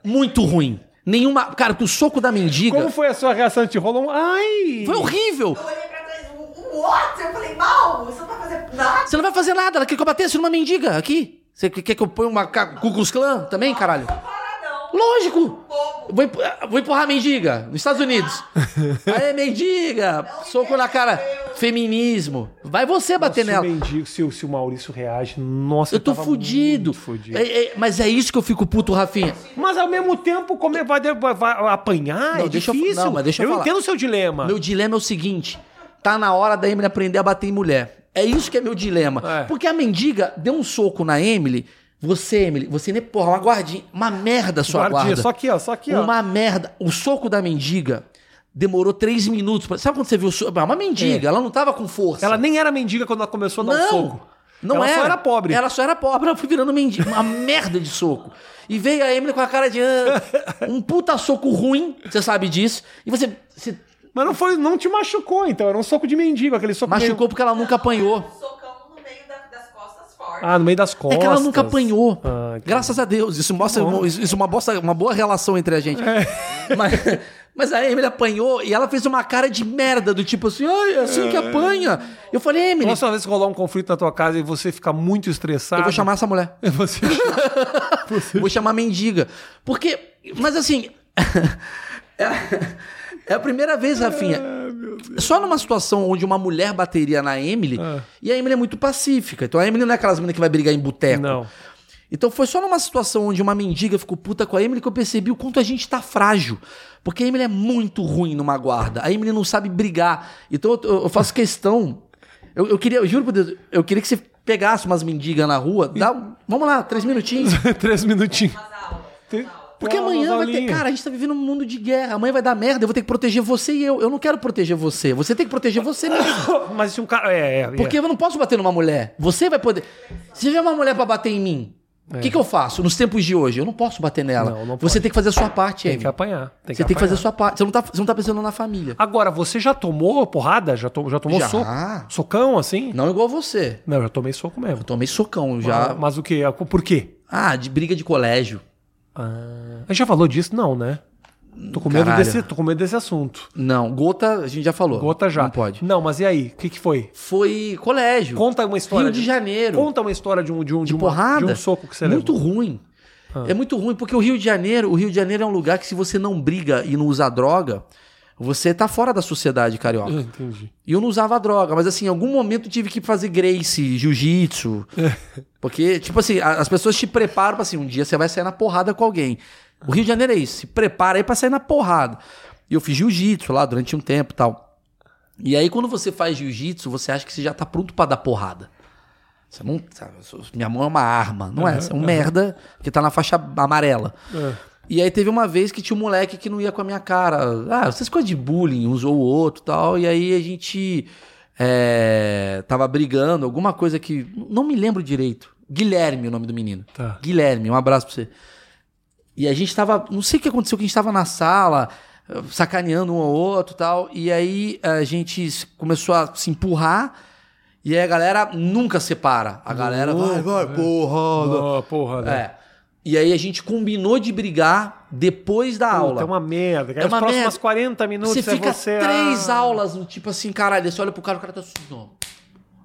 Muito ruim. Nenhuma. Cara, que o soco da mendiga. Como foi a sua reação de rolou? um Ai! Foi horrível. Eu olhei pra trás, o o what? Eu falei, mal, você não vai fazer nada. Você não vai fazer nada. Ela quer que eu batesse numa mendiga aqui. Você quer que eu ponha uma ca- Ku Klux Klan também, caralho? Para não. Lógico! Vou, empu- vou empurrar a mendiga nos Estados Unidos. Aê, mendiga! Soco na cara. Feminismo. Vai você Se bater o nela. mendigo, se, o- se o Maurício reage, nossa, Eu tô tava fudido. muito fudido. É, é, mas é isso que eu fico puto, Rafinha. Mas ao mesmo tempo, como é- vai, vai- vai apanhar? Não, é deixa eu- difícil. não, mas deixa eu falar. entendo o seu dilema. Meu dilema é o seguinte: tá na hora da Emily aprender a bater em mulher. É isso que é meu dilema. É. Porque a mendiga deu um soco na Emily. Você, Emily, você nem, porra, uma guardinha. Uma merda sua Guardinha, guarda. Só aqui, ó, só aqui, ó. Uma merda. O soco da mendiga demorou três minutos. pra- Sabe quando você viu o soco? É Uma mendiga, ela não tava com força. Ela nem era mendiga quando ela começou a dar um não, soco. não ela era. só era pobre. Ela só era pobre, ela foi virando mendiga. Uma merda de soco. E veio a Emily com a cara de. "Ah", um puta soco ruim, você sabe disso. E você. você Mas não, foi, não te machucou, então. Era um soco de mendigo, aquele soco machucou porque ela nunca apanhou. Socão no meio da- das costas forte. meio- Ah, no meio das É costas. que ela nunca apanhou. Ah, entendi. Graças a Deus. Isso mostra uma, isso isso é uma, bosta- uma boa relação entre a gente. É. Mas, mas a Emily apanhou e ela fez uma cara de merda, do tipo assim, ai, é assim que apanha. Eu falei, Emily, Nossa, uma vez que rolar um conflito na tua casa e você ficar muito estressado. eu vou chamar essa mulher. Você... Vou chamar a mendiga. Porque, mas assim. é, é a primeira vez, Rafinha. Só numa situação onde uma mulher bateria na Emily, Ah. e a Emily é muito pacífica. Então a Emily não é aquelas meninas que vai brigar em boteco. Não. Então foi só numa situação onde uma mendiga ficou puta com a Emily que eu percebi o quanto a gente tá frágil. Porque a Emily é muito ruim numa guarda. A Emily não sabe brigar. Então eu, eu- eu faço questão. Eu, eu queria, eu juro por Deus, eu queria que você pegasse umas mendigas na rua. Dá, um- vamos lá, três minutinhos. Três minutinhos. Tem- Porque Dá umas amanhã vai ter. aulinhas. Cara, a gente tá vivendo um mundo de guerra. Amanhã vai dar merda, eu vou ter que proteger você e eu. Eu não quero proteger você. Você tem que proteger você mesmo. Mas se um cara. É, é, é. Porque eu não posso bater numa mulher. Você vai poder. Se vier uma mulher pra bater em mim, o que, que eu faço nos tempos de hoje? Eu não posso bater nela. É. Não, não você pode. tem que fazer a sua parte, Tem que Amy. apanhar. Você tem que fazer apanhar. a sua parte. Você não tá, você não tá pensando na família. Agora, você já tomou porrada? Já, to- já tomou Já. soco? Socão, assim? Não igual você. Não, eu já tomei soco mesmo. Ah, Eu tomei socão já. Mas o quê? Por quê? Ah, de briga de colégio. Ah, a gente já falou disso? Não, né? Tô com, medo Caralho. desse, tô com medo desse assunto. Não, gota, a gente já falou. Gota já. Então, Não pode. Não, mas e aí? O que, que foi? Foi colégio. Conta uma história. Rio de Janeiro. Conta uma história de um, de um, de de uma- porrada. de um soco que você Muito levou. Ah. ruim. É muito ruim, porque o Rio de Janeiro, o Rio de Janeiro é um lugar que se você não briga e não usar droga, você tá fora da sociedade carioca. Ah, Entendi. E eu não usava droga, mas assim, em algum momento eu tive que fazer Grace, jiu-jitsu. Porque, tipo assim, a- as pessoas te preparam pra assim, um dia você vai sair na porrada com alguém. O Rio de Janeiro é isso, se prepara aí pra sair na porrada. E eu fiz jiu-jitsu lá durante um tempo e tal. E aí, quando você faz jiu-jitsu, você acha que você já tá pronto pra dar porrada. Você não. sabe, eu sou- minha mão é uma arma, não é? Você é um merda que tá na faixa amarela. É, E aí teve uma vez que tinha um moleque que não ia com a minha cara. Ah, vocês coisas de bullying, um ou o outro e tal. E aí a gente é, tava brigando, alguma coisa que. Não me lembro direito. Guilherme, é o nome do menino. Tá. Guilherme, um abraço pra você. E a gente tava. Não sei o que aconteceu, que a gente tava na sala, eh, sacaneando um ao outro e tal. E aí a gente s- começou a se empurrar. E aí a galera nunca separa. A galera vai, vai, porra. Ah, porra, né? É. E aí a gente combinou de brigar depois da aula. Puta, é uma merda. cara. É Os uma próximos merda. 40 minutos Você é fica você. três ah. aulas, no tipo assim, caralho, você olha pro cara, o cara tá assim, ó.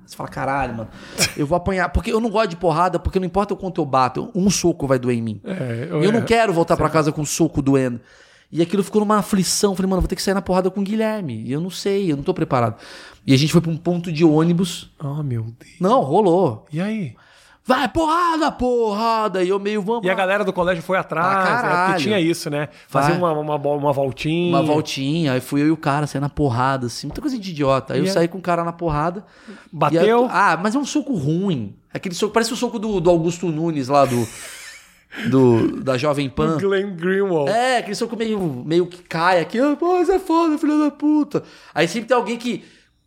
Você fala, caralho, mano, eu vou apanhar. Porque eu não gosto de porrada, porque não importa o quanto eu bato, um soco vai doer em mim. É, eu, não quero voltar pra casa com um soco doendo. E aquilo ficou numa aflição. Falei, mano, vou ter que sair na porrada com o Guilherme. E eu não sei, eu não tô preparado. E a gente foi pra um ponto de ônibus. Oh, meu Deus. Não, rolou. E aí? Vai, porrada, porrada. E eu meio, vamos. E a lá. galera do colégio foi atrás, Pra né? caralho. Porque tinha isso, né? Vai. Fazia uma, uma, bo- uma voltinha. Uma voltinha, aí fui eu e o cara saindo na porrada, assim, muita coisa de idiota. Aí E eu aí? saí com o cara na porrada. E Bateu? aí- ah, mas é um soco ruim. Aquele soco, parece o soco do, do Augusto Nunes lá do, do da Jovem Pan. Glenn Greenwald. É, aquele soco meio, meio que cai aqui. Ah, Pô, você é foda, filho da puta. Aí sempre tem alguém que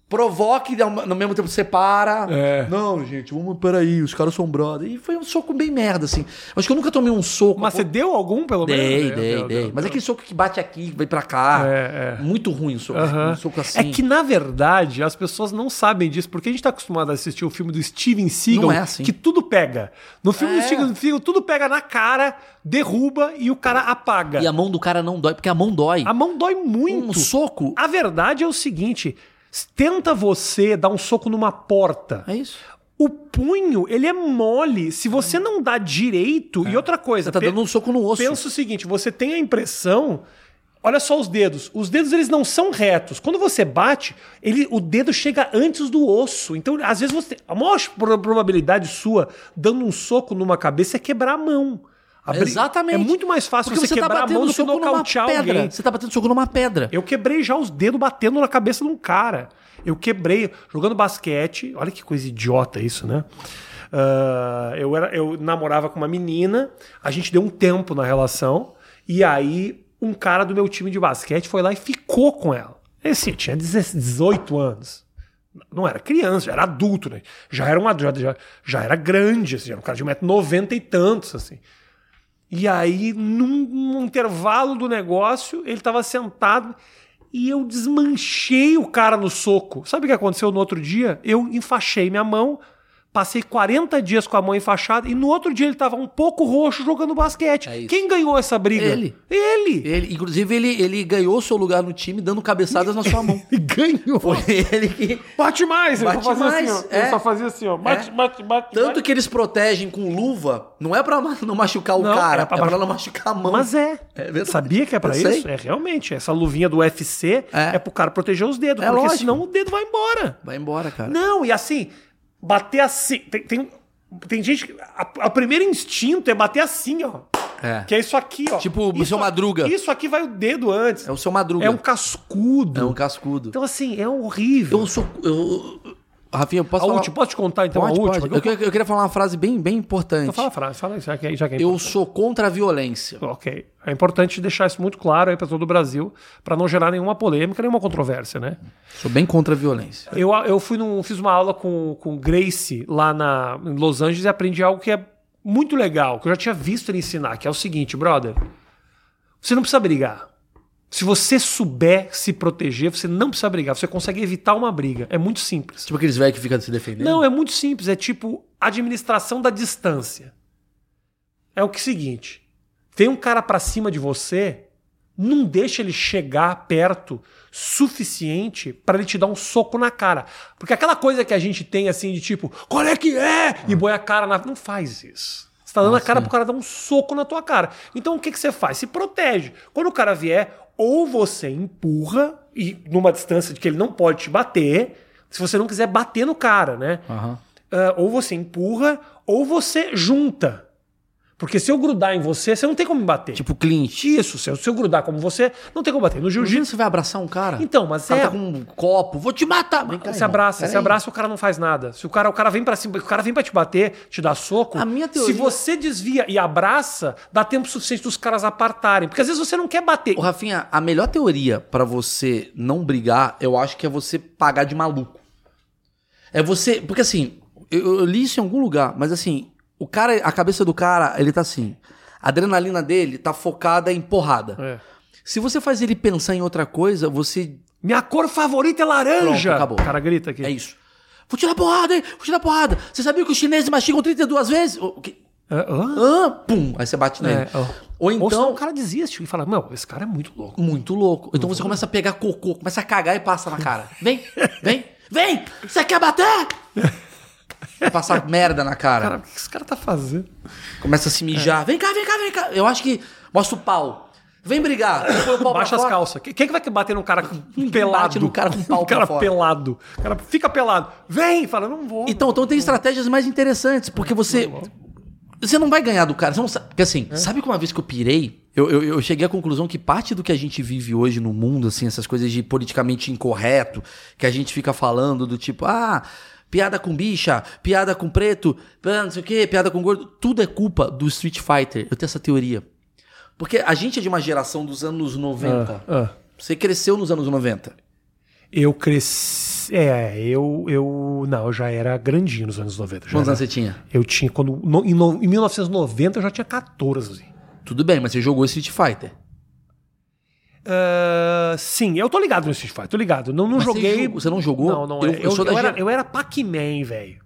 provoca e ao- no mesmo tempo separa. É. Não, gente, vamos, peraí, os caras são brother. E foi um soco bem merda, assim. Acho que eu nunca tomei um soco. Mas você deu algum, pelo menos? Dei, Deu, dei, deu, dei. deu, Mas é deu. aquele soco que bate aqui, vai pra cá. É, é. Muito ruim o soco, Aham. um soco assim. É que, na verdade, as pessoas não sabem disso, porque a gente tá acostumado a assistir o filme do Steven Seagal, Não é assim. que tudo pega. No filme É. do Steven Seagal, tudo pega na cara, derruba e o cara apaga. E a mão do cara não dói, porque a mão dói. A mão dói Ah, muito. Um soco. A verdade é o seguinte, tenta você dar um soco numa porta. É isso. O punho, ele é mole. Se você não dá direito... E outra coisa... É. Você tá pe- dando um soco no osso. Pensa o seguinte, você tem a impressão, olha só os dedos, os dedos eles não são retos. Quando você bate, ele, o dedo chega antes do osso. Então, às vezes você, a maior pro- probabilidade sua dando um soco numa cabeça é quebrar a mão. Abrir- Exatamente. É muito mais fácil Porque tá você, quebrar a mão do que nocautear pedra. alguém. Você tá batendo soco numa pedra. Eu quebrei já os dedos batendo na cabeça de um cara. Eu quebrei jogando basquete. Olha que coisa idiota isso, né? Ah, eu, era, eu namorava com uma menina, a gente deu um tempo na relação, e aí um cara do meu time de basquete foi lá e ficou com ela. Esse tinha 18 anos. Não era criança, já era adulto, né? Já era um adulto, já, já era grande, assim, já era um cara de 1,90m e tantos, assim. E aí, num, num intervalo do negócio, ele tava sentado e eu desmanchei o cara no soco. Sabe o que aconteceu no outro dia? Eu enfaixei minha mão, passei 40 dias com a mão enfaixada e no outro dia ele tava um pouco roxo jogando basquete. É isso. Quem ganhou essa briga? Ele. Ele! Ele, inclusive, ele, ele ganhou seu lugar no time dando cabeçadas na sua mão. E ganhou! Foi ele que. Bate mais! Ele Bate só fazia mais, assim, ó. é. Ele só fazia assim, ó. Bate, É. bate, bate. Tanto bate. que eles protegem com luva, não é pra ma- não machucar o Não, cara, é é pra pra, machu- não machucar a mão. Mas é. É verdade. Sabia que é pra Eu sei. isso? É realmente. Essa luvinha do UFC é, É. pro cara proteger os dedos, É porque lógico. É. senão o dedo vai embora. Vai embora, cara. Não, e assim, bater assim. Tem, tem, tem gente que. O primeiro instinto é bater assim, ó. É. Que é isso aqui, ó. Tipo o isso, seu Madruga. Isso aqui vai o dedo antes. É o seu madruga. É um cascudo. É um cascudo. Então, assim, é horrível. eu sou. Eu... Rafinha, eu posso a falar. última, posso te contar então Pode, a última? pode. Eu, queria- eu queria falar uma frase bem, bem importante. Então fala a frase, fala isso, já que, já que é Eu sou contra a violência. Ok. É importante deixar isso muito claro aí para todo o Brasil, para não gerar nenhuma polêmica, nenhuma controvérsia, né? Sou bem contra a violência. Eu, eu fui num, fiz uma aula com, com o Grace lá na, em Los Angeles e aprendi algo que é muito legal, que eu já tinha visto ele ensinar, que é o seguinte, brother. Você não precisa brigar. Se você souber se proteger, você não precisa brigar. Você consegue evitar uma briga. É muito simples. Tipo aqueles velhos que ficam se defendendo. Não, é muito simples. É tipo administração da distância. É o que seguinte: tem um cara pra cima de você, não deixa ele chegar perto suficiente pra ele te dar um soco na cara. Porque aquela coisa que a gente tem assim de tipo, qual é que é? E põe a cara na. Não faz isso. Você tá dando a cara pro cara dar um soco na tua cara. Então o que, que você faz? Se protege. Quando o cara vier, ou você empurra, e numa distância de que ele não pode te bater, se você não quiser bater no cara, né? Aham. Ah, ou você empurra, ou você junta. Porque se eu grudar em você, você não tem como me bater. Tipo clinch. Isso, se eu, se eu grudar como você, não tem como bater. No Imagina jiu-jitsu, você vai abraçar um cara. Então, mas o cara é- tá com um copo. Vou te matar. Vem cá, se irmão. abraça, se Peraí. abraça, o cara não faz nada. Se o cara, o cara vem para cima, o cara vem para te bater, te dá soco. A minha Se teoria- você desvia e abraça, dá tempo suficiente dos caras apartarem, porque às vezes você não quer bater. Ô, Rafinha, a melhor teoria pra você não brigar, eu acho que é você pagar de maluco. É você. Porque assim, eu, eu li isso em algum lugar, mas assim, o cara, a cabeça do cara, ele tá assim. A adrenalina dele tá focada em porrada. É. Se você faz ele pensar em outra coisa, você. Minha cor favorita é laranja. Pronto, acabou. O cara grita aqui. É isso. Vou tirar porrada, hein? Vou tirar porrada. Você sabia que os chineses mastigam 32 vezes? O que- Ah, ah? Ah, pum! Aí você bate nele. É, ó. Ou Ou senão então. o cara desiste e fala: Meu, esse cara é muito louco. Muito louco. Então Uhum. você começa a pegar cocô, começa a cagar e passa na cara. Vem, vem, vem! Você quer bater? Vai Passar merda na cara. Cara, é. o que esse cara tá fazendo? Começa a se mijar. Vem cá, vem cá, vem cá. Eu acho que. Mostra o pau. Vem brigar. Põe o pau pra Baixa as fora. calças. Quem quem que vai que bater num cara com- pelado? no cara com pau Um cara pra fora. pelado. O cara fica pelado. Vem! Fala, não vou. Então, então tem estratégias mais interessantes, Uhum. porque você. Você não vai ganhar do cara. Você não sa- porque assim, É. sabe que uma vez que eu pirei, eu, eu, eu cheguei à conclusão que parte do que a gente vive hoje no mundo, assim, essas coisas de politicamente incorreto, que a gente fica falando do tipo, ah. piada com bicha, piada com preto, ah, não sei o quê, piada com gordo. Tudo é culpa do Street Fighter. Eu tenho essa teoria. Porque a gente é de uma geração dos anos 90. Ah, ah. Você cresceu nos anos 90. Eu cresci. É, eu, eu. Não, eu já era grandinho nos anos 90. já né? Quantos era- anos você tinha? Eu tinha. Quando, no- em, no- em 1990 eu já tinha assim. 14. Tudo bem, mas você jogou Street Fighter. Ah, sim, eu tô ligado no Street Fighter, tô ligado. Não, não Mas você joguei. jogou- você não jogou? Não, não Eu- é. eu eu, sou da eu era, gera- eu era Pac-Man, velho.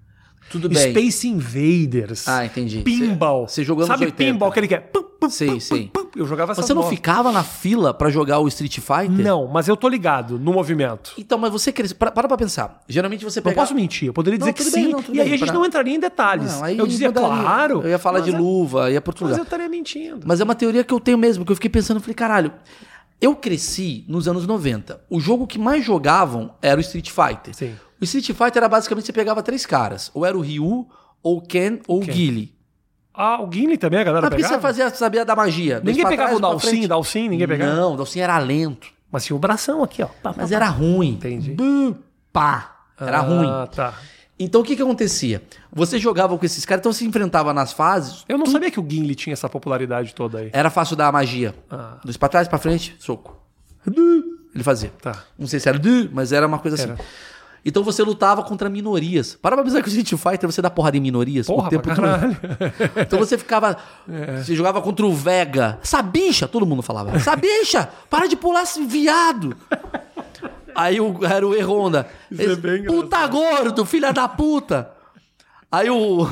Tudo bem. Space Invaders. Ah, entendi. Pinball. Você- você jogou nos Sabe 80? pinball aquele que é. pum, pum, Sei, pum, sei. pum, pum. Eu jogava essa Você não ficava na fila pra jogar o Street Fighter? Não, mas eu tô ligado no movimento. Então, mas você cresceu. Para, para pra pensar. Geralmente você Não pega. posso mentir, eu poderia Não, dizer que tudo bem, sim, não, tudo e aí bem, a gente pra- não entraria em detalhes. Não, aí eu dizia, mudaria. claro. Eu ia falar mas de é- luva, ia por outro Mas lugar. eu estaria mentindo. Mas é uma teoria que eu tenho mesmo, que eu fiquei pensando, eu falei, caralho, eu cresci nos anos 90. O jogo que mais jogavam era o Street Fighter. Sim. O Street Fighter era basicamente você pegava três caras, ou era o Ryu, ou o Ken, ou o Ken. Guile. Ah, o Gimli também, a galera Mas porque pegava? você fazia, sabia da magia. dois Ninguém pra pegava trás, o um pra Dalsin, frente. Dalsin, ninguém pegava? Não, o Dalsin era lento, Mas tinha o bração aqui, ó. Pá, pá, mas pá. era ruim. Ah, Entendi. Bu, pá, era Ah, ruim. tá. Então o que que acontecia? Você jogava com esses caras, então se enfrentava nas fases, Eu não sabia que o Gimli tinha essa popularidade toda aí. era fácil dar a magia. Ah. Dois pra trás, pra frente, soco. Ele fazia. Tá. Não sei se era, du, mas era uma coisa assim. Era. Então você lutava contra minorias. Para pra pensar que o Street Fighter você dá porrada em minorias Porra, o tempo pra todo. caralho. Então você ficava. É. Você jogava contra o Vega. Sabicha! Todo mundo falava. Sabicha! Para de pular esse viado! Aí o, era o E-Honda. Isso é bem puta gordo, filha da puta! Aí o.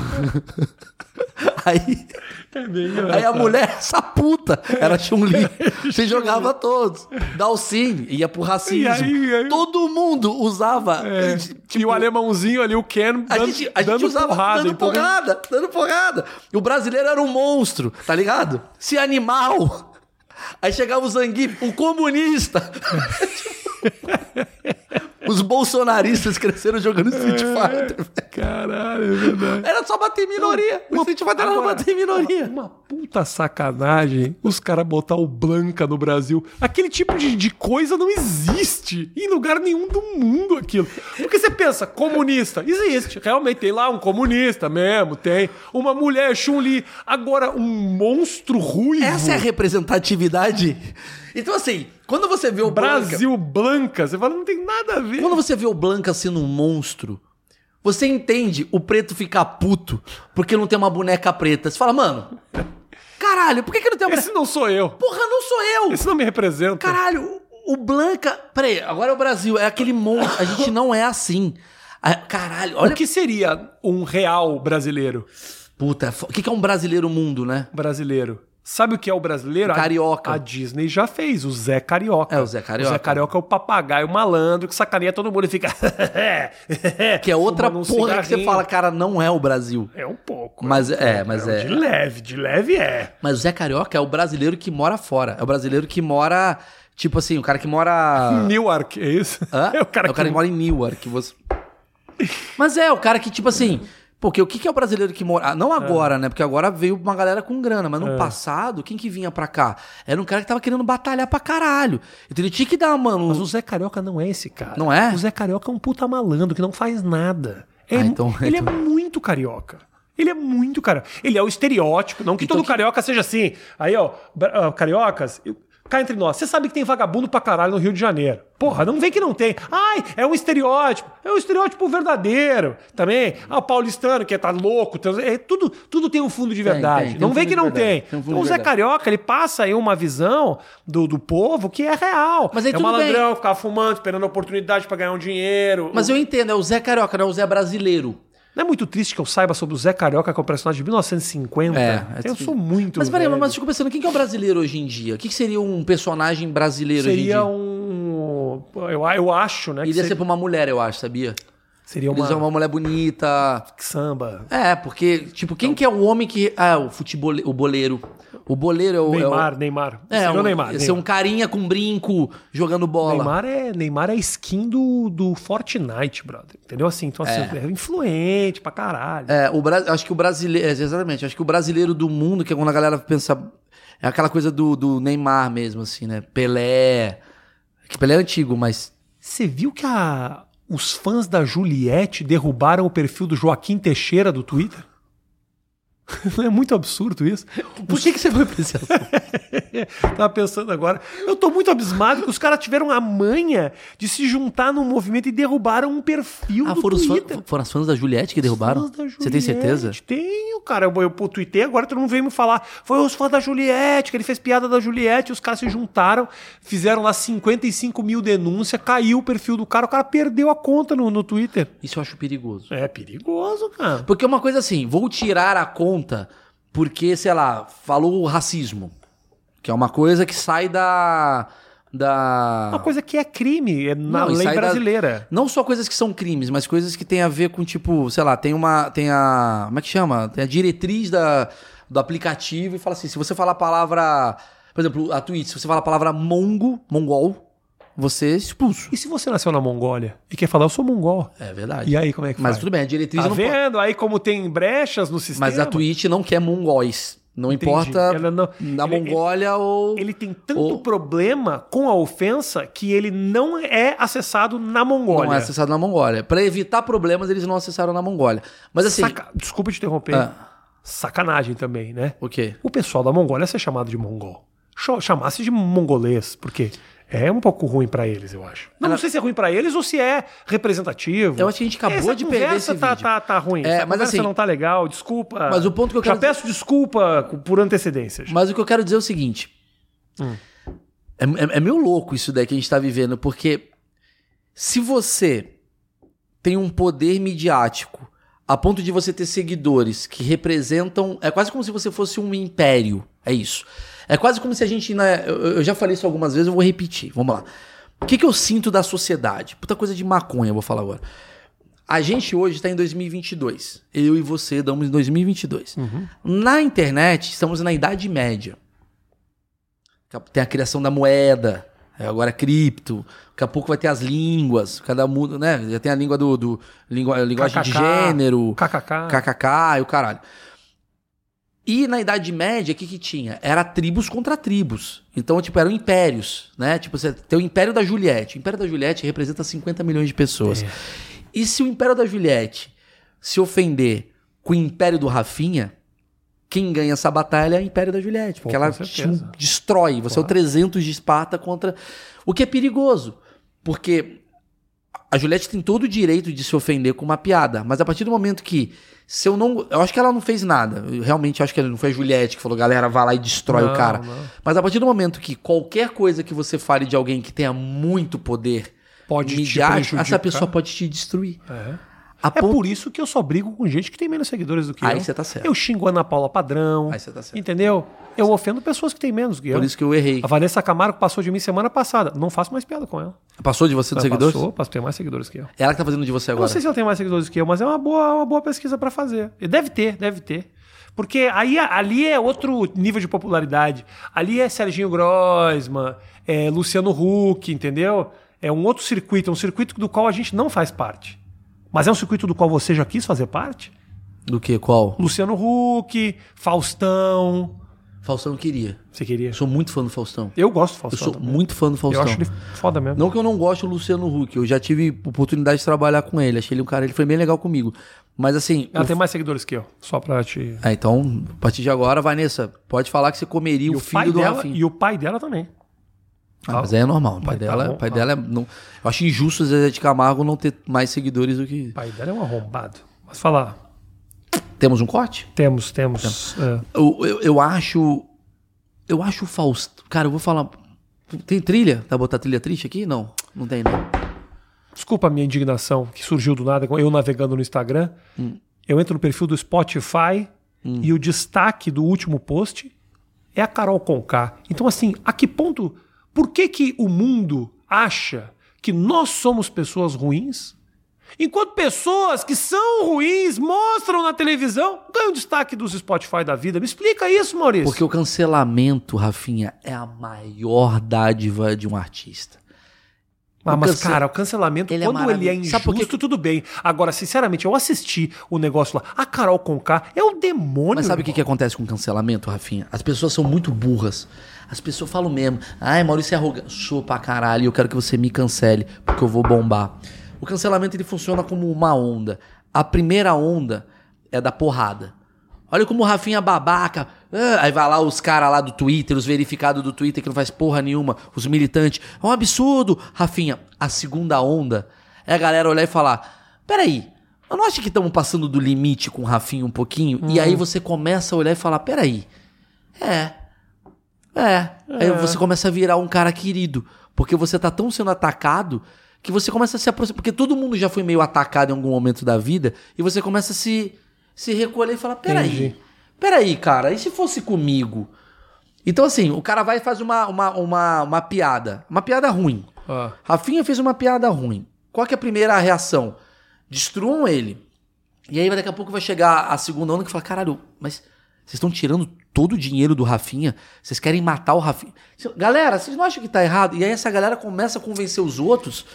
Aí. É bem Aí a engraçado. mulher, essa puta, era Chun-Li. Você jogava todos. Dalsin ia pro racismo. E aí, e aí? Todo mundo usava. É. eh, tipo, e o alemãozinho ali, o Ken, a dando, gente, a gente dando usava porrada. dando e porra- porrada, dando porrada. E o brasileiro era um monstro, tá ligado? Se animal. Aí chegava o Zangief, o comunista. Os bolsonaristas cresceram jogando Street Fighter. Caralho, é verdade. Era só bater em minoria. O Street Fighter era Agora, bater em minoria. Uma, uma puta sacanagem os caras botar o Blanca no Brasil. Aquele tipo de, de coisa não existe em lugar nenhum do mundo aquilo. Porque você pensa, comunista, existe. Realmente tem lá um comunista mesmo, tem uma mulher Chun-Li. Agora, um monstro ruivo. Essa é a representatividade. Então, assim, quando você vê o Blanca, Brasil Blanca. Você fala, não tem nada a ver. quando você vê o Blanca sendo um monstro, você entende o preto ficar puto porque não tem uma boneca preta. Você fala, mano, caralho, por que, que não tem uma Esse boneca? não sou eu. Porra, não sou eu! Esse não me representa. Caralho, o Blanca. Peraí, agora é o Brasil, é aquele monstro. A gente não é assim. Ah, Caralho, olha O que seria um real brasileiro? Puta, fo- o que que é um brasileiro mundo, né? brasileiro. Sabe o que é o brasileiro? O carioca. A, a Disney já fez, o Zé Carioca. É, o Zé Carioca. O Zé Carioca é o papagaio malandro que sacaneia todo mundo e fica. Que é outra Fumando um porra que você cigarrinho. fala, cara, não é o Brasil. É um pouco. Mas é, um mas pouco, é. De leve, de leve é. Mas o Zé Carioca é o brasileiro que mora fora. É o brasileiro que mora, tipo assim, o cara que mora. Newark, é isso? Hã? É o cara que. mora em Newark. Você... Mas é, o cara que, tipo assim. Porque o que, que é o brasileiro que mora. ah, Não agora, É. né? Porque agora veio uma galera com grana. Mas no passado, quem que vinha pra cá? Era um cara que tava querendo batalhar pra caralho. Então ele tinha que dar, mano. Mas o Zé Carioca não é esse cara. Não é? O Zé Carioca é um puta malandro que não faz nada. É Ah, mu- então- ele então- é muito carioca. Ele é muito carioca. Ele é o estereótipo. Não que Então todo carioca seja assim. Aí, ó, bra- ah, cariocas, eu- cá entre nós. Você sabe que tem vagabundo pra caralho no Rio de Janeiro. Porra, não vem que não tem. Ai, é um estereótipo. É um estereótipo verdadeiro também. Ah, o paulistano que tá louco. trans- é tudo, tudo tem um fundo de Tem, verdade. tem, tem não um vem fundo que de não verdade. tem. Tem um fundo então, o de Zé verdade. Carioca, ele passa aí uma visão do, do povo que é real. Mas aí é tudo malandrão, bem. eu ficava fumando, esperando a oportunidade pra ganhar um dinheiro. Mas eu entendo, é o Zé Carioca, não é o Zé brasileiro. Não é muito triste que eu saiba sobre o Zé Carioca, que é um personagem de 1950. É, é eu triste. sou muito. Mas peraí, velho. mas eu fico pensando, quem que é o brasileiro hoje em dia? O que, que seria um personagem brasileiro hoje em dia? seria um. Eu, eu acho, né? que Iria ser seria, pra uma mulher, eu acho, sabia? seria Eles são uma. uma mulher bonita. Samba. É, porque, tipo, quem que é o homem que. Ah, o futebol, o boleiro. O boleiro é o. Neymar, Neymar. É, o, é seria um, o Neymar. Esse é um Neymar. carinha com brinco jogando bola. Neymar é, Neymar é skin do, do Fortnite, brother. Entendeu? Assim, então assim, é, influente pra caralho. É, o Bra... acho que o brasileiro. é, Exatamente, acho que o brasileiro do mundo, que é quando a galera pensa. É aquela coisa do, do Neymar mesmo, assim, né? Pelé. Que Pelé é antigo, mas. Você viu que a Os fãs da Juliette derrubaram o perfil do Joaquim Teixeira do Twitter? Não é muito absurdo isso? Por que, que você foi pra esse assunto? Tava pensando agora. Eu tô muito abismado que os caras tiveram a manha de se juntar num movimento e derrubaram um perfil Ah, do foram, os fãs, Twitter. foram as fãs da Juliette que derrubaram? Fãs da Você tem Juliette. certeza? Tenho, cara. Eu, eu pô, tuitei, agora todo mundo veio me falar. Foi os fãs da Juliette, que ele fez piada da Juliette. Os caras se juntaram, fizeram lá 55 mil denúncias, caiu o perfil do cara, o cara perdeu a conta no, no Twitter. Isso eu acho perigoso. É perigoso, cara. Porque é uma coisa assim, vou tirar a conta porque, sei lá, falou racismo. Que é uma coisa que sai da. Da. Uma coisa que é crime, é na Não, e lei sai da- brasileira. Não só coisas que são crimes, mas coisas que tem a ver com, tipo, sei lá, tem uma. Tem a. Como é que chama? Tem a diretriz da, do aplicativo e fala assim: se você falar a palavra. Por exemplo, a Twitch, se você falar a palavra mongo, mongol, você é expulso. E se você nasceu na Mongólia e quer falar, eu sou mongol? É verdade. E aí, como é que Mas faz? tudo bem, a diretriz Tá não pode- vendo? Aí como tem brechas no sistema. Mas a Twitch não quer mongóis. Não Entendi. importa Ela não- na ele- Mongólia ou. Ele tem tanto Ou- problema com a ofensa que ele não é acessado na Mongólia. Não é acessado na Mongólia. Pra evitar problemas, eles não acessaram na Mongólia. Mas assim. Saca- Desculpa te interromper. Ah, Sacanagem também, né? o quê? O pessoal da Mongólia ia ser chamado de mongol. Cho- Chamasse de mongolês, porque é um pouco ruim pra eles, eu acho. Não, não sei se é ruim pra eles ou se é representativo. Eu acho que a gente acabou Essa de perder conversa esse tá, vídeo. tá, tá ruim. É, Essa mas conversa assim- não tá legal, desculpa. Mas o ponto que eu Já quero- peço desculpa co- por antecedências. Mas o que eu quero dizer é o seguinte. É, é- é meio louco isso daí que a gente tá vivendo, porque se você tem um poder midiático a ponto de você ter seguidores que representam. É quase como se você fosse um império. É isso. É quase como se a gente. Né, eu, eu já falei isso algumas vezes, eu vou repetir. Vamos lá. O que, que eu sinto da sociedade? Puta coisa de maconha, eu vou falar agora. A gente hoje está em 2022. Eu e você damos em 2022. Uhum. Na internet, estamos na Idade Média. Tem a criação da moeda, é agora cripto. Daqui a pouco vai ter as línguas. Cada mundo, né? Já tem a língua do. do língua- linguagem de KKK, gênero. KKK. KKK e o caralho. E na Idade Média, o que, que tinha? Era tribos contra tribos. Então, tipo, eram impérios, né? Tipo, você tem o Império da Juliette. O Império da Juliette representa 50 milhões de pessoas. É. E se o Império da Juliette se ofender com o Império do Rafinha, quem ganha essa batalha é o Império da Juliette. Porque Pô, com ela certeza. te destrói. Você é o 300 de Esparta contra... O que é perigoso. Porque a Juliette tem todo o direito de se ofender com uma piada, mas a partir do momento que se eu não, eu acho que ela não fez nada. Eu realmente acho que não foi a Juliette que falou, galera, vai lá e destrói Não, o cara. não. Mas a partir do momento que qualquer coisa que você fale de alguém que tenha muito poder Pode te midiático, essa prejudicar. pessoa pode te destruir. É. A É ponto- por isso que eu só brigo com gente que tem menos seguidores do que Aí eu. você tá certo. Eu xingo a Ana Paula Padrão. Aí você tá certo. Entendeu? Eu ofendo pessoas que têm menos que eu. Por isso que eu errei. A Vanessa Camargo passou de mim semana passada. Não faço mais piada com ela. Passou de você dos seguidores? Passou, passou, tem mais seguidores que eu. Ela que tá fazendo de você Eu não agora. sei se ela tem mais seguidores que eu, mas é uma boa, uma boa pesquisa pra fazer. E deve ter, deve ter. Porque aí, ali é outro nível de popularidade. Ali é Serginho Grossman, é Luciano Huck, entendeu? É um outro circuito, é um circuito do qual a gente não faz parte. Mas é um circuito do qual você já quis fazer parte? Do que? Qual? Luciano Huck, Faustão. Faustão eu queria. Você queria? Eu sou muito fã do Faustão. Eu gosto do Faustão. Eu sou também. muito fã do Faustão. Eu acho ele foda mesmo. Não que eu não goste do Luciano Huck, eu já tive oportunidade de trabalhar com ele, achei ele um cara, ele foi bem legal comigo. Mas assim, Ela o- Ah, tem mais seguidores que eu, só pra te. Ah, então, a partir de agora, Vanessa, pode falar que você comeria o filho do dela, Rafinha. e o pai dela também. Ah, mas aí é normal, o pai Tá dela, bom, o pai tá. dela é, não, eu acho injusto o Zezé de Camargo não ter mais seguidores do que O pai dela é um arrombado. Mas falar, temos um corte. temos, temos. é. Eu, eu, eu acho eu acho o Fausto. Cara, eu vou falar tem trilha? Tá botar trilha triste aqui? Não, não tem não. Desculpa a minha indignação que surgiu do nada, eu navegando no Instagram. Eu entro no perfil do Spotify e o destaque do último post é a Carol Conká. Então, assim, a que ponto. Por que, que o mundo acha que nós somos pessoas ruins? Enquanto pessoas que são ruins mostram na televisão, ganham destaque dos Spotify da vida. Me explica isso, Maurício. Porque o cancelamento, Rafinha, é a maior dádiva de um artista. Ah, O mas, cance- cara, o cancelamento, Ele é quando ele é maravilhoso. injusto, Sabe por quê? tudo bem. Agora, sinceramente, eu assisti o negócio lá. A Carol Conká é o demônio. Mas sabe o que, irmão. que acontece com cancelamento, Rafinha? As pessoas são muito burras. As pessoas falam mesmo, ai, Maurício é arrogante. Sou pra caralho, eu quero que você me cancele, porque eu vou bombar. O cancelamento ele funciona como uma onda. A primeira onda é da porrada. Olha como o Rafinha babaca. ah, aí vai lá os caras lá do Twitter, os verificados do Twitter que não faz porra nenhuma, os militantes. É um absurdo, Rafinha. A segunda onda é a galera olhar e falar: peraí, eu não acho que estamos passando do limite com o Rafinha um pouquinho? Hum. E aí você começa a olhar e falar: peraí, é, é. Aí você começa a virar um cara querido. Porque você tá tão sendo atacado que você começa a se aproximar. Porque todo mundo já foi meio atacado em algum momento da vida. E você começa a se, se recolher e falar: peraí. Entendi. Peraí, cara, e se fosse comigo? Então, assim, o cara vai e faz uma, uma, uma, uma piada. Uma piada ruim. Ah. Rafinha fez uma piada ruim. Qual que é a primeira reação? Destruam ele. E aí daqui a pouco vai chegar a segunda onda que fala: caralho, mas vocês estão tirando todo o dinheiro do Rafinha? Vocês querem matar o Rafinha? Cê- Galera, vocês não acham que tá errado? E aí essa galera começa a convencer os outros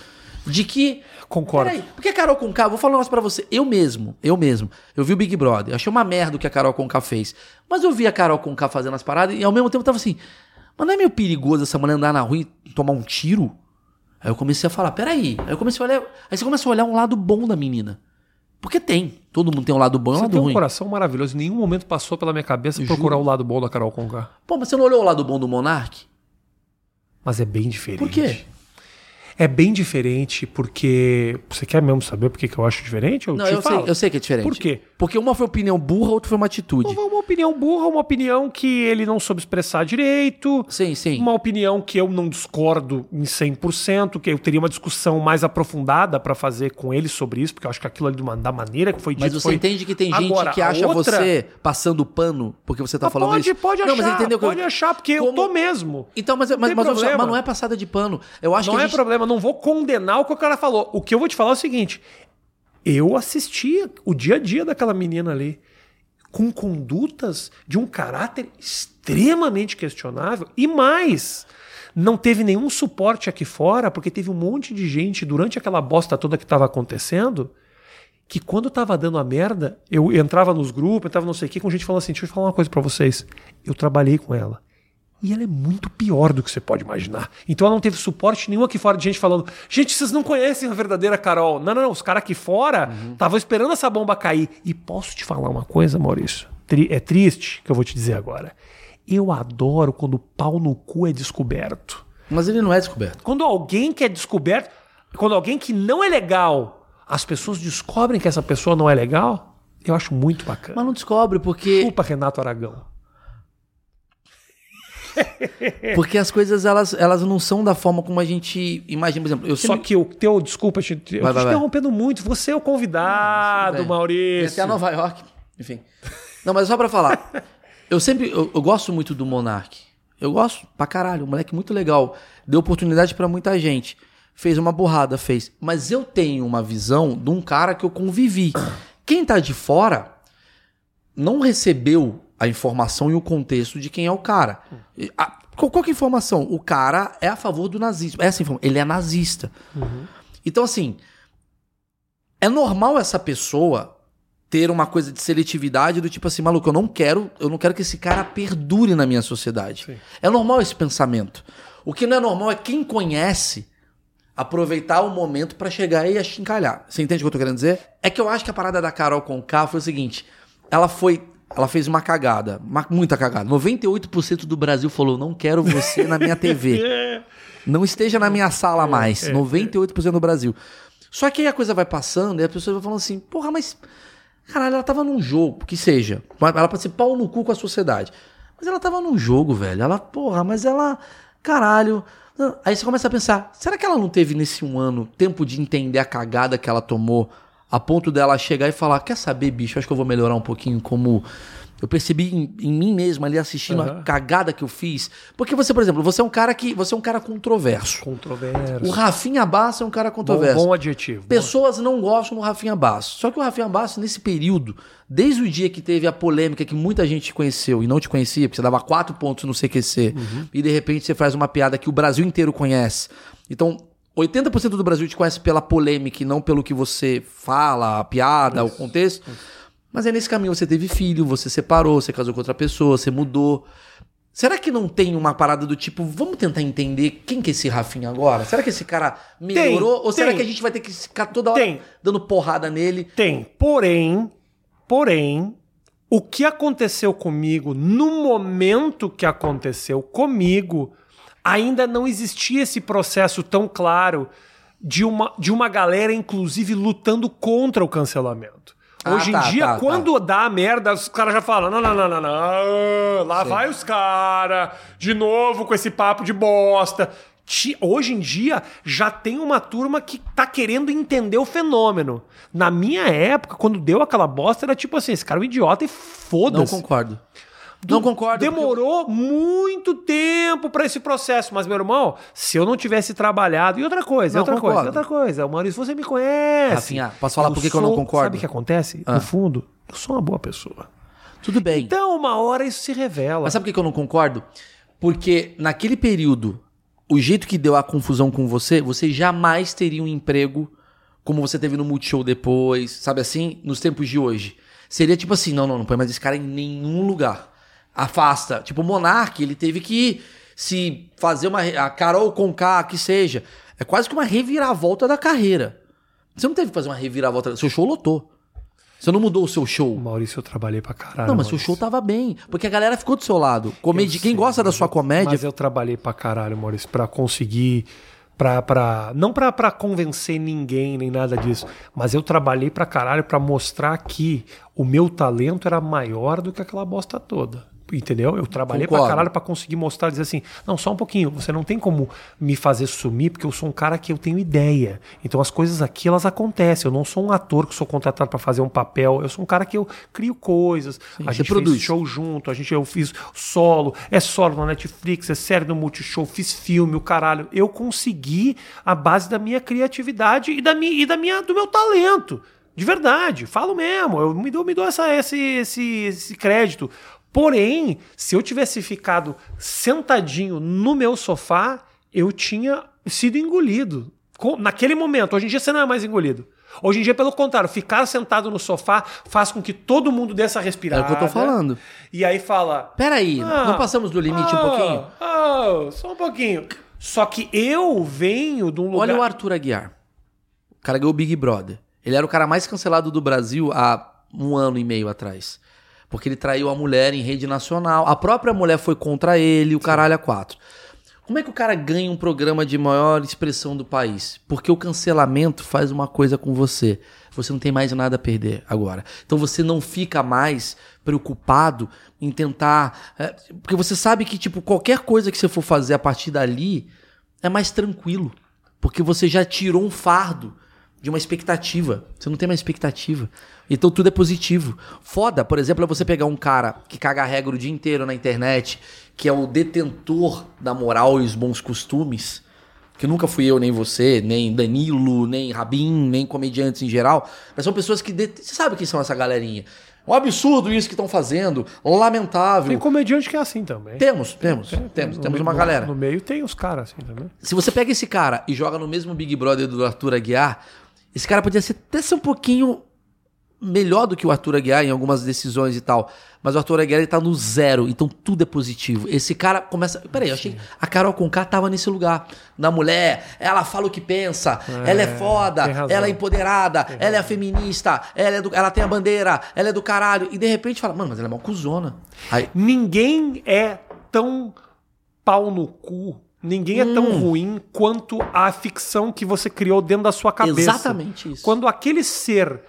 de que. Concordo. Peraí, porque a Carol Conká, vou falar um negócio pra você. Eu mesmo, eu mesmo. Eu vi o Big Brother, achei uma merda o que a Carol Conká fez. Mas eu vi a Carol Conká fazendo as paradas e ao mesmo tempo eu tava assim. Mas não é meio perigoso essa mulher andar na rua e tomar um tiro? Aí eu comecei a falar, peraí. Aí eu comecei a olhar. Aí você começa a olhar um lado bom da menina. Porque tem. Todo mundo tem um lado bom e um Você lado tem um ruim. coração maravilhoso. Em nenhum momento passou pela minha cabeça procurar o lado bom da Carol Conká. Pô, mas você não olhou o lado bom do Monark? Mas é bem diferente. Por quê? É bem diferente porque. Você quer mesmo saber por que que eu acho diferente? Eu não, te eu sei, falo. eu sei que é diferente. Por quê? Porque uma foi opinião burra, outra foi uma atitude. Então, Uma opinião burra, uma opinião que ele não soube expressar direito. Sim, sim. Uma opinião que eu não discordo em 100%, que eu teria uma discussão mais aprofundada pra fazer com ele sobre isso, porque eu acho que aquilo ali, de uma- da maneira que foi dito Mas você foi... entende que tem gente Agora, que a acha outra- você passando pano porque você tá Mas falando pode, isso? Pode, não, achar, mas entendeu que eu- pode achar, porque eu Como- tô mesmo. Então, mas, mas, tem mas, olha só, problema. mas não é passada de pano. Eu acho não que a é gente- problema, não vou condenar o que o cara falou. O que eu vou te falar é o seguinte: eu assistia o dia a dia daquela menina ali com condutas de um caráter extremamente questionável e mais. Não teve nenhum suporte aqui fora, porque teve um monte de gente durante aquela bosta toda que estava acontecendo, que quando tava dando a merda, eu entrava nos grupos, entrava não sei o que, com gente falando assim: deixa eu falar uma coisa pra vocês. Eu trabalhei com ela. E ela é muito pior do que você pode imaginar. Então ela não teve suporte nenhum aqui fora de gente falando: gente, vocês não conhecem a verdadeira Carol. Não, não, não. Os caras aqui fora estavam esperando essa bomba cair. E posso te falar uma coisa, Maurício? Tri- é triste que eu vou te dizer agora. Eu adoro quando o pau no cu é descoberto. Mas ele não é descoberto. Quando alguém que é descoberto, quando alguém que não é legal, as pessoas descobrem que essa pessoa não é legal, eu acho muito bacana. Mas não descobre porque, Desculpa, Renato Aragão. É. porque as coisas elas, elas não são da forma como a gente imagina. Por exemplo, eu Só sempre... que o teu, desculpa, te, eu Vai, tô vai, te vai. interrompendo muito. Você é o tudo convidado, bem. Ia Maurício. até Nova York. Enfim. Não, mas só pra falar. Eu sempre. Eu, eu gosto muito do Monark. Eu gosto pra caralho. Um moleque muito legal. Deu oportunidade pra muita gente. Fez uma borrada, fez. Mas eu tenho uma visão de um cara que eu convivi. Quem tá de fora não recebeu a informação e o contexto de quem é o cara. E a- qual, qual que é a informação? O cara é a favor do nazismo. Essa informação. Ele é nazista. Então, assim, é normal essa pessoa ter uma coisa de seletividade do tipo assim, maluco, eu não quero, eu não quero que esse cara perdure na minha sociedade. É normal esse pensamento. O que não é normal é quem conhece aproveitar o momento pra chegar e achincalhar. Você entende o que eu tô querendo dizer? É que eu acho que a parada da Carol Conká foi o seguinte, ela foi ela fez uma cagada, uma- muita cagada. 98% do Brasil falou: "Não quero você na minha TV". É. Não esteja na minha sala mais. 98% do Brasil. Só que aí a coisa vai passando e a pessoa vai falando assim, porra, mas. Caralho, ela tava num jogo, que seja. Ela pode ser pau no cu com a sociedade. Mas ela tava num jogo, velho. Ela, porra, mas ela. Caralho. Aí você começa a pensar, será que ela não teve nesse um ano tempo de entender a cagada que ela tomou? A ponto dela chegar e falar, quer saber, bicho, acho que eu vou melhorar um pouquinho como. Eu percebi em, em mim mesmo ali assistindo a Aham. cagada que eu fiz. Porque você, por exemplo, você é um cara que. Você é um cara controverso. O Controverso. Rafinha Basso é um cara Bom, controverso. bom adjetivo. Pessoas não gostam do Rafinha Basso. Só que o Rafinha Basso, nesse período, desde o dia que teve a polêmica que muita gente te conheceu e não te conhecia, porque você dava quatro pontos no CQC, Uhum. e de repente você faz uma piada que o Brasil inteiro conhece. Então, 80% do Brasil te conhece pela polêmica e não pelo que você fala, a piada, o é contexto. Mas aí nesse caminho você teve filho, você separou, você casou com outra pessoa, você mudou. Será que não tem uma parada do tipo, vamos tentar entender quem que é esse Rafinha agora? Será que esse cara melhorou? ou será tem. que a gente vai ter que ficar toda hora Tem. dando porrada nele? Tem. Porém, porém, o que aconteceu comigo no momento que aconteceu comigo, ainda não existia esse processo tão claro de uma, de uma galera, inclusive, lutando contra o cancelamento. Ah, Hoje tá, em dia, tá, tá. quando dá merda, os caras já falam: não, não, não, não, não, lá Sim. vai os caras, de novo com esse papo de bosta. Ti- Hoje em dia já tem uma turma que tá querendo entender o fenômeno. Na minha época, quando deu aquela bosta, era tipo assim: esse cara é um idiota e Não foda-se. concordo. Não concordo. porque eu- Demorou muito tempo pra esse processo, mas meu irmão, se eu não tivesse trabalhado. E outra coisa, Não, outra coisa, concordo. outra coisa. Maurício, você me conhece. Rafinha, posso falar por que que eu não sou- concordo? Ah. Sabe o que acontece? No fundo, eu sou uma boa pessoa. Tudo bem. Então, uma hora isso se revela. Mas sabe por que que eu não concordo? Porque naquele período, o jeito que deu a confusão com você, você jamais teria um emprego como você teve no Multishow depois, sabe assim? Nos tempos de hoje. Seria tipo assim, não, não, não põe mais esse cara em nenhum lugar. Afasta. Tipo, o Monark, ele teve que se fazer uma... re- A Carol Conká, que seja. É quase que uma reviravolta da carreira. Você não teve que fazer uma reviravolta. Seu show lotou. Você não mudou o seu show. Maurício, eu trabalhei pra caralho. Não, mas Maurício. seu show tava bem. Porque a galera ficou do seu lado. Comédia, quem gosta da sua comédia. Mas eu trabalhei pra caralho, Maurício, pra conseguir. Pra, pra, não pra, pra convencer ninguém nem nada disso, mas eu trabalhei pra caralho pra mostrar que o meu talento era maior do que aquela bosta toda. Entendeu? Eu trabalhei Concordo. pra caralho pra conseguir mostrar, dizer assim: não, só um pouquinho, você não tem como me fazer sumir, porque eu sou um cara que eu tenho ideia. Então as coisas aqui, elas acontecem. Eu não sou um ator que sou contratado pra fazer um papel, eu sou um cara que eu crio coisas. a você gente produz. fez show show junto, a gente eu fiz solo, é solo na Netflix, é série no Multishow, fiz filme, o caralho. Eu consegui a base da minha criatividade e da minha, e da minha do meu talento. De verdade, falo mesmo, eu me dou, me dou essa, esse, esse, esse crédito. Porém, se eu tivesse ficado sentadinho no meu sofá, eu tinha sido engolido. Co- Naquele momento, hoje em dia você não é mais engolido. Hoje em dia, pelo contrário, ficar sentado no sofá faz com que todo mundo dê essa respirada. É o que eu tô falando. E aí fala. Peraí, "Ah, não passamos do limite um ah, pouquinho? ah, só um pouquinho. Só que eu venho de um lugar. Olha o Arthur Aguiar. O cara ganhou o Big Brother. Ele era o cara mais cancelado do Brasil há um ano e meio atrás. Porque ele traiu a mulher em rede nacional. A própria mulher foi contra ele, o caralho a quatro. Como é que o cara ganha um programa de maior expressão do país? Porque o cancelamento faz uma coisa com você. Você não tem mais nada a perder agora. Então você não fica mais preocupado em tentar. é, porque você sabe que, tipo, qualquer coisa que você for fazer a partir dali é mais tranquilo. Porque você já tirou um fardo de uma expectativa. Você não tem mais expectativa. Então tudo é positivo. Foda, por exemplo, é você pegar um cara que caga a regra o dia inteiro na internet, que é o detentor da moral e os bons costumes, que nunca fui eu, nem você, nem Danilo, nem Rabin, nem comediantes em geral, mas são pessoas que... det- Você sabe quem são essa galerinha. Um absurdo isso que estão fazendo, lamentável. Tem comediante que é assim também. Temos, temos, temos, No temos meio- uma no- galera. No meio tem os caras assim também. Se você pega esse cara e joga no mesmo Big Brother do Arthur Aguiar, esse cara podia ser até ser um pouquinho melhor do que o Arthur Aguiar em algumas decisões e tal. Mas o Arthur Aguiar ele tá no zero, então tudo é positivo. Esse cara começa. Peraí, eu achei. A Carol Conká tava nesse lugar. Na mulher, ela fala o que pensa, ela é foda, tem razão. ela é empoderada, ela é feminista, ela, é do- ela tem a bandeira, ela é do caralho. E de repente fala, mano, mas ela é uma cuzona. Aí, Ninguém é tão pau no cu, ninguém é Hum. tão ruim quanto a ficção que você criou dentro da sua cabeça. Exatamente isso. Quando aquele ser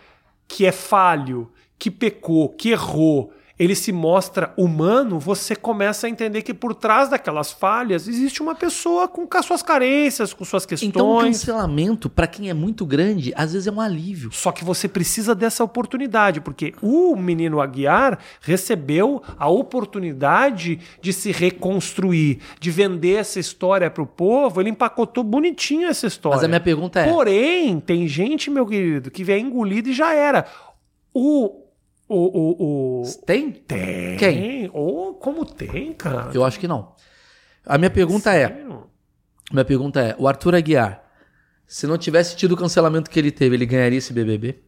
que é falho, que pecou, que errou, ele se mostra humano, você começa a entender que por trás daquelas falhas existe uma pessoa com ca- suas carências, com suas questões. Então, cancelamento, pra quem é muito grande, às vezes é um alívio. Só que você precisa dessa oportunidade, porque o menino Aguiar recebeu a oportunidade de se reconstruir, de vender essa história pro povo. Ele empacotou bonitinho essa história. Mas a minha pergunta é- Porém, tem gente, meu querido, que vem engolido e já era. O. O. O. o- Tem? Tem. Quem? Ou como tem, cara? Eu acho que não. A minha pergunta é, Sério? minha pergunta é, o Arthur Aguiar, se não tivesse tido o cancelamento que ele teve, ele ganharia esse BBB?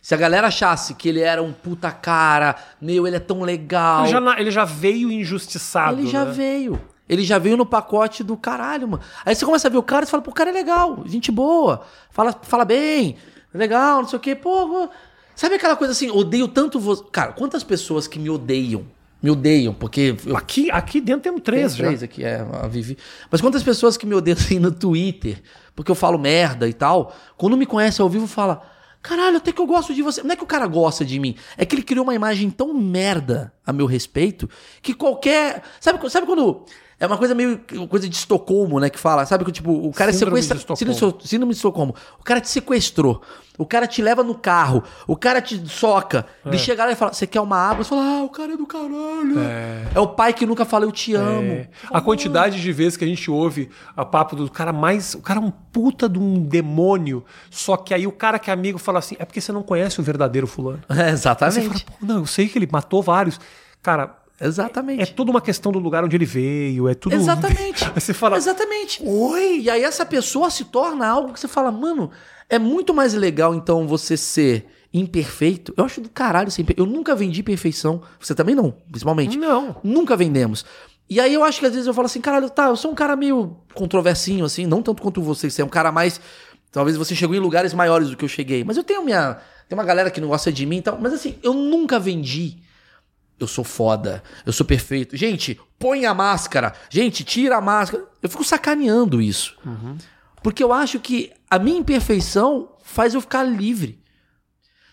Se a galera achasse que ele era um puta cara, meu, ele é tão legal. Ele já, na- ele já veio injustiçado. Ele já né? veio. Ele já veio no pacote do caralho, mano. Aí você começa a ver o cara e você fala, pô, o cara é legal, gente boa, fala, fala bem, legal, não sei o quê. Pô, pô. sabe aquela coisa assim, odeio tanto você. Cara, quantas pessoas que me odeiam? Me odeiam, porque eu Aqui, aqui dentro temos três, três, já. três aqui, é, a Vivi. Mas quantas pessoas que me odeiam assim no Twitter, porque eu falo merda e tal, quando me conhece ao vivo fala, caralho, até que eu gosto de você. Não é que o cara gosta de mim, é que ele criou uma imagem tão merda a meu respeito, que qualquer... Sabe, sabe quando... É uma coisa meio. uma coisa de Estocolmo, né? Que fala. Sabe que, tipo, o cara Síndrome de sequestra. Estocolmo. síndrome- Síndrome de Estocolmo. O cara te sequestrou. O cara te leva no carro. O cara te soca. É. Ele chega lá e fala: Você quer uma água? Você fala: Ah, o cara é do caralho. É, o pai que nunca fala: Eu te amo. É. A quantidade de vezes que a gente ouve a papo do cara mais. O cara é um puta de um demônio. Só que aí o cara que é amigo fala assim: é porque você não conhece o verdadeiro fulano. É, Aí você fala, exatamente. "Pô, não, eu sei que ele matou vários. Cara, é Exatamente. toda uma questão do lugar onde ele veio, é tudo. Exatamente. Aí você fala. Exatamente. Oi! E aí essa pessoa se torna algo que você fala, mano, é muito mais legal então você ser imperfeito. Eu acho do caralho ser imperfeito. Eu nunca vendi perfeição. Você também não, principalmente. Não. Nunca vendemos. E aí eu acho que às vezes eu falo assim, caralho, tá, eu sou um cara meio controversinho, assim, não tanto quanto você, que você é um cara mais. Talvez você chegou em lugares maiores do que eu cheguei. Mas eu tenho minha. Tem uma galera que não gosta de mim e tal. Mas assim, eu nunca vendi. Eu sou foda, eu sou perfeito. Gente, põe a máscara. Gente, tira a máscara. Eu fico sacaneando isso. Porque eu acho que a minha imperfeição faz eu ficar livre.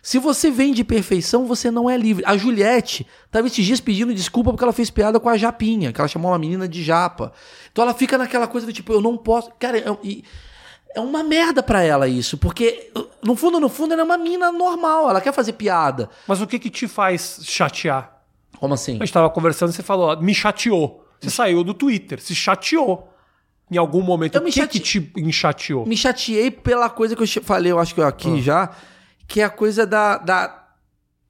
Se você vende perfeição, você não é livre. A Juliette tava esses dias pedindo desculpa porque ela fez piada com a Japinha, que ela chamou uma menina de japa. Então ela fica naquela coisa do tipo, eu não posso. Cara, é, e- é uma merda pra ela isso, porque no fundo, no fundo, ela é uma menina normal, ela quer fazer piada. Mas o que que te faz chatear? Como assim? A gente tava conversando e você falou, ó, me chateou. Você saiu do Twitter, se chateou. Em algum momento, Eu o me que que chate- te enchateou? me chateei pela coisa que eu che- falei, eu acho que aqui Ah. já, que é a coisa da. da...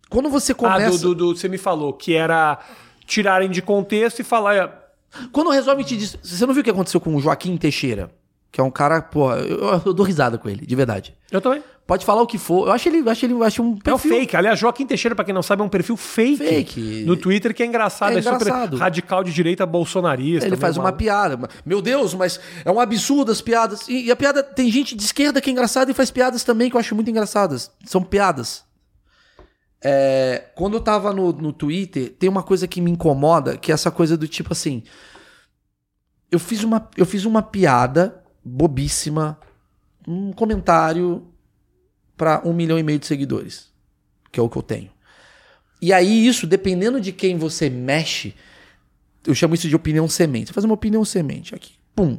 Quando você Ah, começa. do, do- do- você me falou que era tirarem de contexto e falar... é, Quando resolve te disso. Você não viu o que aconteceu com o Joaquim Teixeira? Que é um cara, pô, eu, eu dou risada com ele, de verdade. Eu também. Pode falar o que for. Eu acho ele, eu acho ele, eu acho um É o perfil. fake. Aliás, Joaquim Teixeira, pra quem não sabe, é um perfil fake, Fake. no Twitter que é engraçado. É É, engraçado. super radical de direita bolsonarista. Ele meio faz uma maluco. piada. Meu Deus, mas é um absurdo as piadas. E, e a piada. Tem gente de esquerda que é engraçada e faz piadas também que eu acho muito engraçadas. São piadas. É, quando eu tava no, no Twitter, tem uma coisa que me incomoda, que é essa coisa do tipo assim. Eu fiz uma, eu fiz uma piada bobíssima, um comentário pra um milhão e meio de seguidores, que é o que eu tenho. E aí, isso, dependendo de quem você mexe, eu chamo isso de opinião semente. Você faz uma opinião semente aqui. Pum.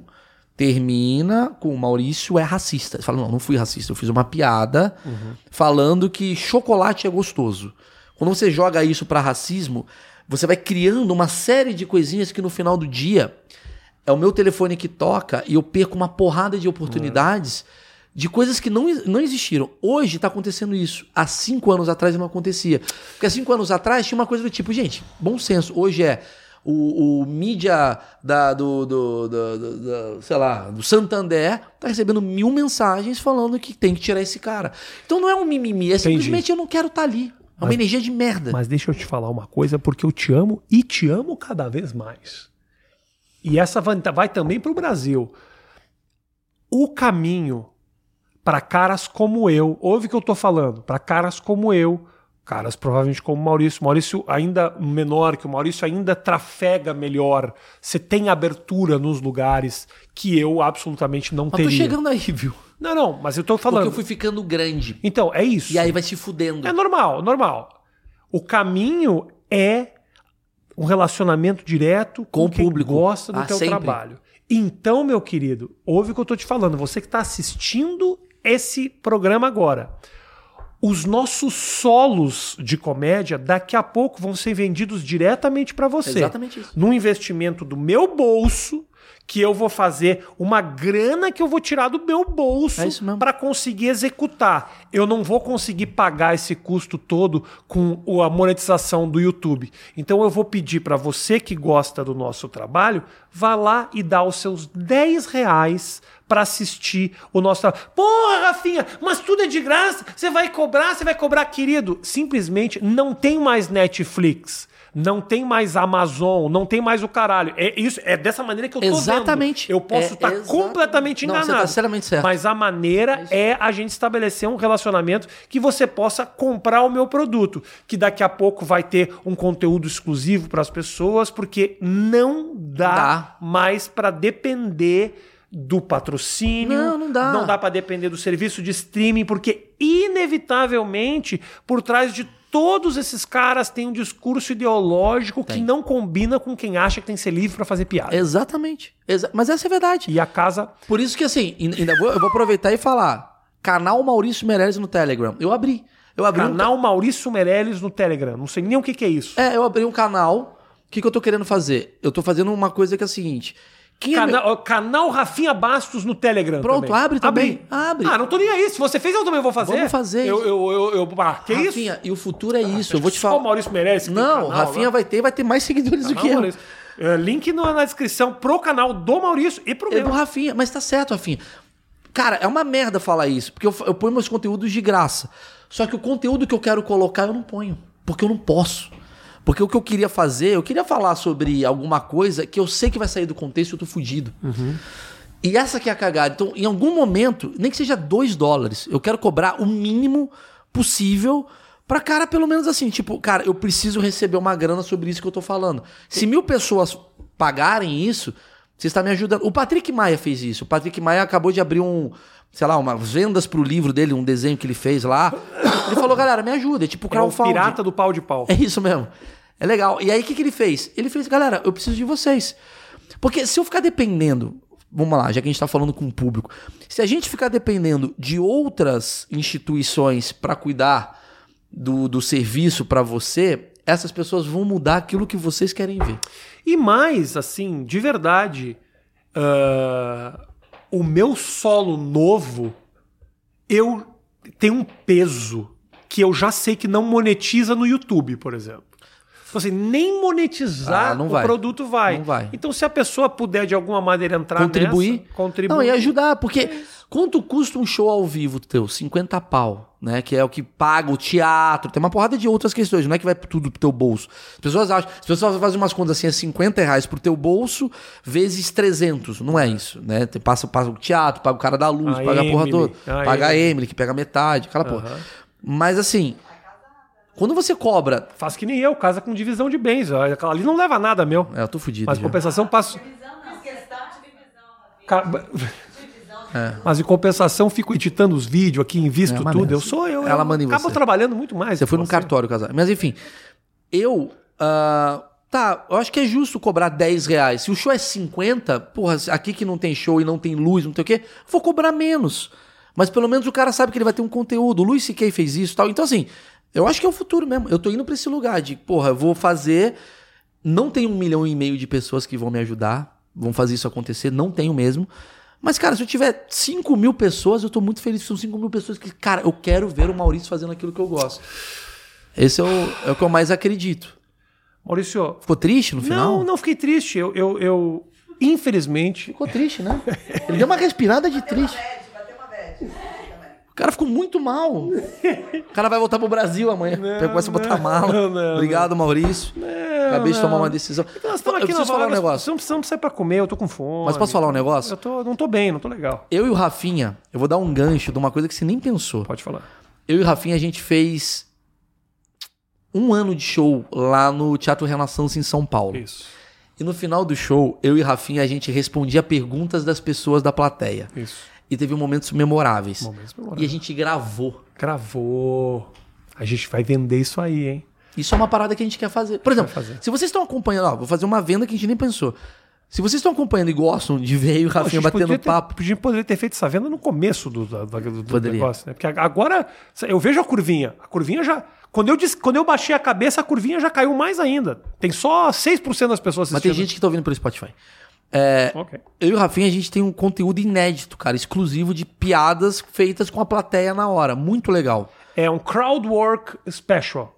Termina com o Maurício é racista. Você fala, não, não fui racista. Eu fiz uma piada falando que chocolate é gostoso. Quando você joga isso pra racismo, você vai criando uma série de coisinhas que no final do dia é o meu telefone que toca e eu perco uma porrada de oportunidades de coisas que não, não existiram. Hoje tá acontecendo isso. Há cinco anos atrás não acontecia. Porque há cinco anos atrás tinha uma coisa do tipo, gente, bom senso. Hoje é o, o mídia da, do, do, do- do- do- sei lá, do Santander tá recebendo mil mensagens falando que tem que tirar esse cara. Então não é um mimimi, é simplesmente eu não quero estar ali. É uma energia de merda. Mas deixa eu te falar uma coisa, porque eu te amo e te amo cada vez mais. E essa van- vai também para o Brasil. O caminho para caras como eu, ouve o que eu tô falando, para caras como eu, caras provavelmente como o Maurício, Maurício ainda menor que o Maurício ainda trafega melhor. Você tem abertura nos lugares que eu absolutamente não Mas tô teria. chegando aí, viu? Não, não, mas eu tô Porque falando. eu fui ficando grande. Então, é isso. E aí vai se fudendo. É normal, normal. O caminho é um relacionamento direto com, Com o quem público. gosta do Ah, teu sempre. trabalho. Então, meu querido, ouve o que eu tô te falando. Você que está assistindo esse programa agora. Os nossos solos de comédia daqui a pouco vão ser vendidos diretamente para você. Exatamente isso. Num investimento do meu bolso que eu vou fazer uma grana que eu vou tirar do meu bolso É isso mesmo. para conseguir executar. Eu não vou conseguir pagar esse custo todo com o- a monetização do YouTube. Então eu vou pedir para você que gosta do nosso trabalho, vá lá e dá os seus 10 reais para assistir o nosso trabalho. Porra, Rafinha, mas tudo é de graça? Você vai cobrar? Você vai cobrar, querido? Simplesmente não tem mais Netflix. Não tem mais Amazon, não tem mais o caralho. É isso, é dessa maneira que eu tô vendo. Exatamente. Eu posso É, estar exatamente. completamente Não, você tá enganado. sinceramente certo. Mas a maneira é a gente estabelecer um relacionamento que você possa comprar o meu produto, que daqui a pouco vai ter um conteúdo exclusivo para as pessoas, porque não dá, Dá. mais para depender do patrocínio. Não, não dá. Não dá para depender do serviço de streaming, porque inevitavelmente por trás de todos esses caras tem um discurso ideológico que não combina com quem acha que tem que ser livre para fazer piada. Exatamente. Exa- Mas essa é a verdade. E a casa Por isso que, assim, in- ainda vou, eu vou aproveitar e falar. Canal Maurício Meirelles no Telegram. Eu abri. Eu abri um Canal Maurício Meirelles no Telegram. Não sei nem o que, que é isso. É, eu abri um canal. O que, que eu tô querendo fazer? Eu tô fazendo uma coisa que é a seguinte. Quem é meu- Cana- ó, Canal Rafinha Bastos no Telegram. Pronto, também. abre também. Abre. Ah, não tô nem aí. Se você fez, eu também vou fazer. Vamos fazer Eu, isso. eu, eu, eu- ah, que Rafinha, isso? Ah, e o futuro é isso. Eu vou te Só o falar. Maurício Meirelles. que tem Não, canal, Rafinha né? vai ter, vai ter mais seguidores do Canal que eu. Maurício. É, Link no- na descrição pro canal do Maurício e pro É do meu. Rafinha, mas tá certo, Rafinha. Cara, é uma merda falar isso, porque eu, fa- eu ponho meus conteúdos de graça. Só que o conteúdo que eu quero colocar eu não ponho, porque eu não posso. Porque o que eu queria fazer, eu queria falar sobre alguma coisa que eu sei que vai sair do contexto e eu tô fudido. E essa que é a cagada. Então, em algum momento, nem que seja 2 dólares, eu quero cobrar o mínimo possível pra cara, pelo menos assim, tipo, cara, eu preciso receber uma grana sobre isso que eu tô falando. Se mil pessoas pagarem isso, você está me ajudando. O Patrick Maia fez isso. O Patrick Maia acabou de abrir um, sei lá, umas vendas pro livro dele, um desenho que ele fez lá. Ele falou, galera, me ajuda. É É tipo o crowdfunding. pirata do pau de pau. É isso mesmo. É legal. E aí, o que, que ele fez? Ele fez, galera, eu preciso de vocês. Porque se eu ficar dependendo, vamos lá, já que a gente tá falando com o público, se a gente ficar dependendo de outras instituições para cuidar do, do serviço para você, essas pessoas vão mudar aquilo que vocês querem ver. E mais, assim, de verdade, ah, o meu solo novo, eu tenho um peso que eu já sei que não monetiza no YouTube, por exemplo. Então, assim, nem monetizar Ah, não o vai. produto vai. Não vai. Então, se a pessoa puder de alguma maneira entrar contribuir. nessa, contribuir. Não, e ajudar, É porque quanto custa um show ao vivo teu? 50 pau, né? Que é o que paga o teatro. Tem uma porrada de outras questões, não é que vai tudo pro teu bolso. As pessoas acham, as pessoas fazem umas contas assim, é 50 reais pro teu bolso vezes 300. Não é isso, né? Tem- Passa, passa o teatro, paga o cara da luz, A paga a porra Emily, toda. a paga a Emily, que pega metade, aquela porra. Mas assim, quando você cobra... Faz que nem eu, casa com divisão de bens. ó. Aquela ali não leva nada, meu. É, eu tô fudido Mas em já. compensação, passo. Ca- É. Mas em compensação, fico editando os vídeos aqui, invisto É uma tudo. merda. Eu sou eu. Ela eu manda em acabo você. trabalhando muito mais. Você que foi num cartório casar. Mas enfim, eu. ah, tá, eu acho que é justo cobrar 10 reais. Se o show é 50, porra, aqui que não tem show e não tem luz, não tem o quê, vou cobrar menos. Mas pelo menos o cara sabe que ele vai ter um conteúdo. O Luiz C.K. fez isso e tal. Então, assim, eu acho que é o futuro mesmo. Eu tô indo pra esse lugar de, porra, eu vou fazer. Não tem um milhão e meio de pessoas que vão me ajudar, vão fazer isso acontecer, não tenho mesmo. Mas, cara, se eu tiver 5 mil pessoas, eu tô muito feliz. São 5 mil pessoas que, cara, eu quero ver o Maurício fazendo aquilo que eu gosto. Esse é o, é o que eu mais acredito. Maurício, Ficou triste no final? não, não fiquei triste. Eu, eu, eu, infelizmente, Ficou triste, né? Ele deu uma respirada de triste. Bad, bateu uma bad. O cara ficou muito mal. O cara vai voltar pro Brasil amanhã. Começa a botar não, mala. não, não. Então, Obrigado, Maurício. Acabei de tomar uma decisão. é, nós estamos eu aqui preciso falar um negócio. Não precisamos sair pra comer, eu tô com fome. Mas posso falar um negócio? Eu tô, não tô bem, não tô legal. Eu e o Rafinha, eu vou dar um gancho de uma coisa que você nem pensou. Pode falar. Eu e o Rafinha, a gente fez um ano de show lá no Teatro Renaissance em São Paulo. Isso, E no final do show, eu e o Rafinha, a gente respondia perguntas das pessoas da plateia. isso. E teve momentos memoráveis. Momentos E memoráveis. a gente gravou. Gravou. A gente vai vender isso aí, hein? Isso é uma parada que a gente quer fazer. Por exemplo, Vai fazer. se vocês estão acompanhando, ó, vou fazer uma venda que a gente nem pensou. Se vocês estão acompanhando e gostam de ver eu e o A gente Rafinha Tá, assim, batendo poderia ter- papo, A gente poderia ter feito essa venda no começo do, da- da- do- do Poderia. negócio, né? Porque a- agora eu vejo a curvinha. A curvinha já. Quando eu, disse- quando eu baixei a cabeça, a curvinha já caiu mais ainda. Tem só 6% das pessoas assistindo. Mas tem gente que tá ouvindo pelo Spotify. Ok. Eu e o Rafinha, a gente tem um conteúdo inédito, cara, exclusivo de piadas feitas com a plateia na hora. Muito legal. É um crowd work special.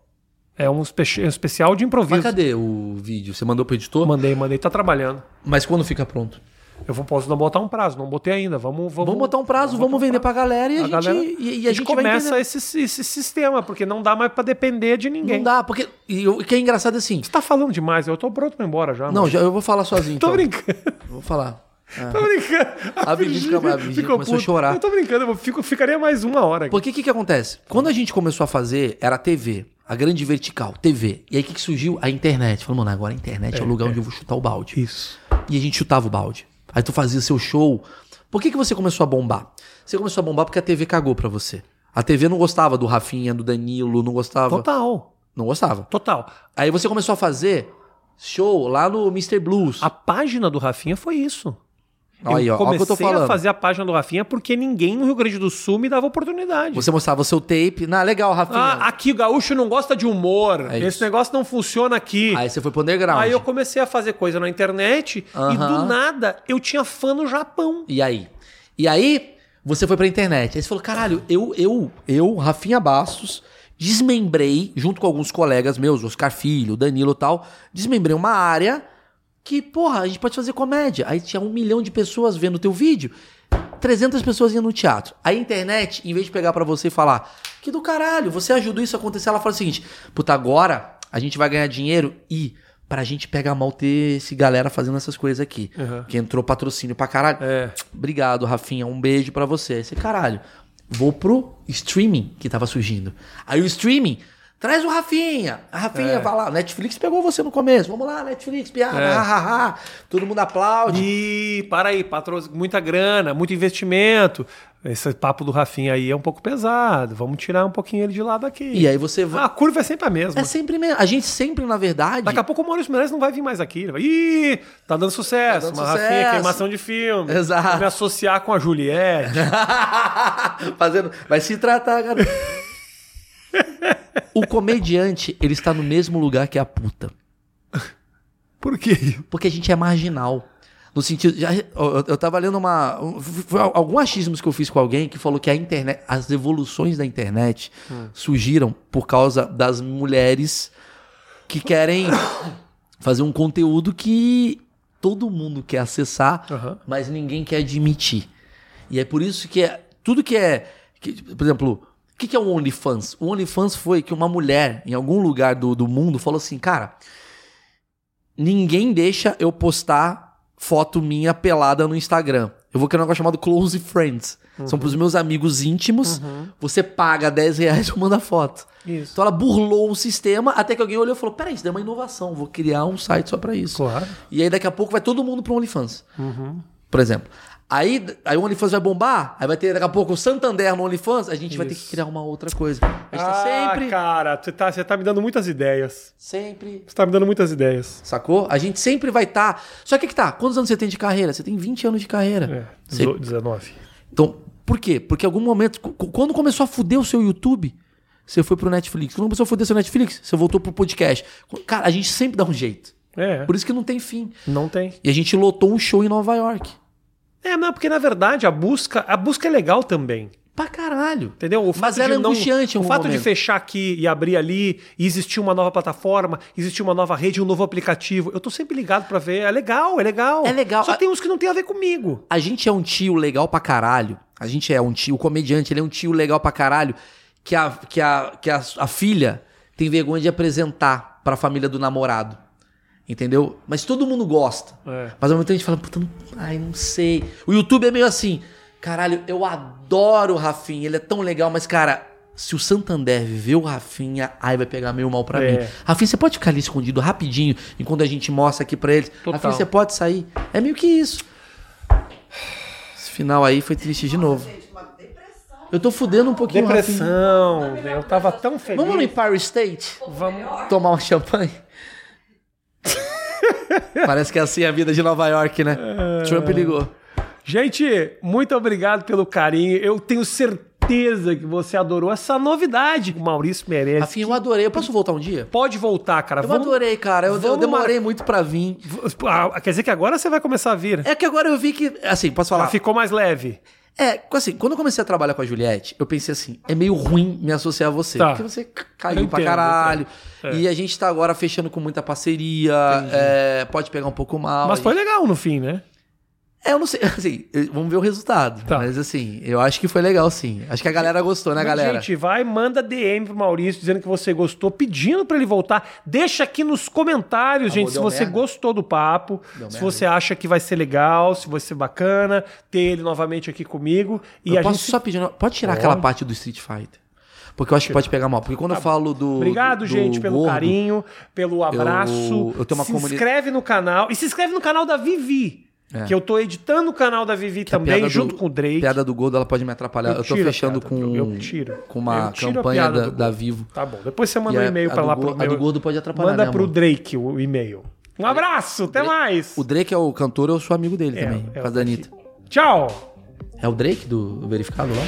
É um, espe- um especial de Mas improviso. cadê o vídeo? Você mandou pro editor? Mandei, mandei. Tá trabalhando. Mas quando fica pronto? Eu vou, posso não botar um prazo, não botei ainda. Vamos, vamos, Vamos botar um prazo, vamos, vender pra galera e a, gente, e, e a gente vai começa entender. esse, esse sistema, porque não dá mais pra depender de ninguém. Não dá, porque. E o que é engraçado é assim. Você tá falando demais, eu tô pronto pra ir embora já. Não, mano. já, eu vou falar sozinho. Tô então. brincando, Vou falar. Ah. tô brincando. A Virgínia fica- a Virgínia começou a puta. chorar. Eu tô brincando, eu fico, ficaria mais uma hora aqui. Porque o que, que acontece? Quando a gente começou a fazer, era a TV, a grande vertical, TV. E aí o que, que surgiu? A internet. Falou, mano, agora a internet é, o lugar onde eu vou chutar o balde. Isso. E a gente chutava o balde. Aí tu fazia seu show. Por que, que você começou a bombar? Você começou a bombar porque a TV cagou pra você. A TV não gostava do Rafinha, do Danilo, não gostava. Total, Não gostava. total. Aí você começou a fazer show lá no Mr. Blues. A página do Rafinha foi isso. Olha aí, ó, olha o que eu tô comecei a falando. fazer a página do Rafinha porque ninguém no Rio Grande do Sul me dava oportunidade. Você mostrava o seu tape. Na legal, Rafinha. Ah, aqui o gaúcho não gosta de humor. É Esse isso. negócio não funciona aqui. Aí você foi pro underground. Aí eu comecei a fazer coisa na internet e do Aham. nada eu tinha fã no Japão. E aí? E aí, você foi pra internet. Aí você falou, caralho, eu, eu, eu, Rafinha Bastos, desmembrei, junto com alguns colegas meus, Oscar Filho, Danilo e tal, desmembrei uma área que, porra, a gente pode fazer comédia. Aí tinha um milhão de pessoas vendo o teu vídeo, 300 pessoas iam no teatro. Aí a internet, em vez de pegar pra você e falar, que do caralho, você ajudou isso a acontecer, ela fala o seguinte, puta, agora a gente vai ganhar dinheiro e... Pra gente pegar mal ter esse galera fazendo essas coisas aqui. Que entrou patrocínio pra caralho. É. Obrigado, Rafinha. Um beijo pra você. Aí Você, caralho, vou pro streaming que tava surgindo. Aí o streaming traz o Rafinha. A Rafinha vai lá. Netflix pegou você no começo. Vamos lá, Netflix, piada. É. ha, ha, ha. Todo mundo aplaude. E para aí, patro... muita grana, muito investimento. Esse papo do Rafinha aí é um pouco pesado. Vamos tirar um pouquinho ele de lado aqui. E, aí você vai. A curva é sempre a mesma. é sempre mesmo. A gente sempre, na verdade. Daqui a pouco o Maurício Meirelles não vai vir mais aqui. Ele vai, Ih, tá dando sucesso. Tá dando mas Rafinha, sucesso. queimação de filme. Exato. Vou me associar com a Juliette. Fazendo. Vai se tratar, cara. o comediante, ele está no mesmo lugar que a puta. Por quê? Porque a gente é marginal. No sentido. já- eu, eu tava lendo uma. um, Foi alguns achismos que eu fiz com alguém que falou que a internet. As evoluções da internet surgiram por causa das mulheres que querem fazer um conteúdo que todo mundo quer acessar, Aham. mas ninguém quer admitir. E é por isso que é, tudo que é. que, por exemplo, o que, que é o OnlyFans? O OnlyFans foi que uma mulher, em algum lugar do, do mundo, falou assim: cara, ninguém deixa eu postar foto minha pelada no Instagram. Eu vou criar um negócio chamado Close Friends. São pros meus amigos íntimos. Você paga 10 reais e manda foto. Isso. Então ela burlou o sistema até que alguém olhou e falou: peraí, isso daí é uma inovação, vou criar um site só pra isso. Claro. E aí daqui a pouco vai todo mundo pro OnlyFans. Por exemplo. Aí, aí o OnlyFans vai bombar, aí vai ter daqui a pouco o Santander no OnlyFans, a gente vai ter que criar uma outra coisa. A gente tá Ah, sempre, cara, você tá, você tá me dando muitas ideias. sempre. Você tá me dando muitas ideias. Sacou? A gente sempre vai estar. Só que que tá, quantos anos você tem de carreira? Você tem 20 anos de É, carreira. Você- 19. Então, por quê? Porque em algum momento, cu- cu- quando começou a fuder o seu YouTube, você foi pro Netflix. Quando começou a fuder seu Netflix, você voltou pro podcast. Cara, a gente sempre dá um jeito. É, Por isso que não tem fim. não tem. E a gente lotou um show em Nova York. É, não, porque na verdade a busca, a busca é legal também. Pra caralho. Entendeu? O Mas era de não- angustiante em O algum fato de momento. fechar aqui e abrir ali, e existir uma nova plataforma, existir uma nova rede, um novo aplicativo. Eu tô sempre ligado pra ver. É legal, é legal. É legal. Só A- tem uns que não tem a ver comigo. A gente é um tio legal pra caralho. A gente é um tio, o comediante, ele é um tio legal pra caralho. Que a, que a, que a, a filha tem vergonha de apresentar pra família do namorado. Entendeu? Mas todo mundo gosta. É. Mas ao mesmo tempo a gente fala, puta, não, ai, não sei. O YouTube é meio assim, caralho, eu adoro o Rafinha, ele é tão legal, mas cara, se o Santander viver o Rafinha, ai, vai pegar meio mal pra É. mim. Rafinha, você pode ficar ali escondido rapidinho, enquanto a gente mostra aqui pra eles. Total. Rafinha, você pode sair. É meio que isso. Esse final aí foi triste de novo. Gente, uma depressão. Eu tô fudendo um pouquinho o Rafinha. Depressão. né? Eu tava tão feliz. Vamos no Empire State? Vamos. Tomar um champanhe? Parece que é assim a vida de Nova York, É. né? Trump ligou. Gente, muito obrigado pelo carinho. Eu tenho certeza certeza que você adorou essa novidade que o Maurício merece. Rafinha, eu adorei. Eu posso voltar um dia? Pode voltar, cara. Eu É Vamos- adorei, cara. Eu, eu vamos demorei muito pra vir. Ah, quer dizer que agora você vai começar a vir. É que agora eu vi que. Assim, posso falar? Ela ficou mais leve. É, assim, quando eu comecei a trabalhar com a Juliette, eu pensei assim, é meio ruim me associar a você. Tá. Porque você c- caiu Eu pra entendo, caralho. eu entendo. É. E a gente tá agora fechando com muita parceria. é, pode pegar um pouco mal. Mas a foi legal no fim, né? É, eu não sei, assim, eu- vamos ver o resultado. Tá. Mas assim, eu acho que foi legal, sim. Acho que a galera gostou, né, galera? Gente, vai, manda DM pro Maurício dizendo que você gostou, pedindo pra ele voltar. Deixa aqui nos comentários, Amor, gente, se deu você merda? gostou do papo, Deu se merda. você acha que vai ser legal, se vai ser bacana ter ele novamente aqui comigo. E eu a posso gente. só pedir. um- Pode tirar aquela parte do Street Fighter. Porque eu acho que pode pegar mal. Porque quando eu falo do. Tá Obrigado, do- gente, pelo gordo, carinho, pelo abraço. eu tenho uma se comuni- inscreve no canal. E se inscreve no canal da Vivi. É. Que eu tô editando o canal da Vivi que a também, piada do- junto com o Drake. piada do gordo, ela pode me atrapalhar. Eu, tô tiro a fechando piada, com, eu tiro. com uma Eu tiro a campanha piada da, do da gordo. Vivo. Tá bom, depois você manda E um a- e-mail a pra do lá go- pro a do meu- gordo pode atrapalhar, Manda né, pro amor? Drake o e-mail. Um abraço, até mais. O Drake é o cantor, eu sou amigo dele É, é também, por causa o da Drake. Anitta. Tchau. É o Drake do do verificado lá?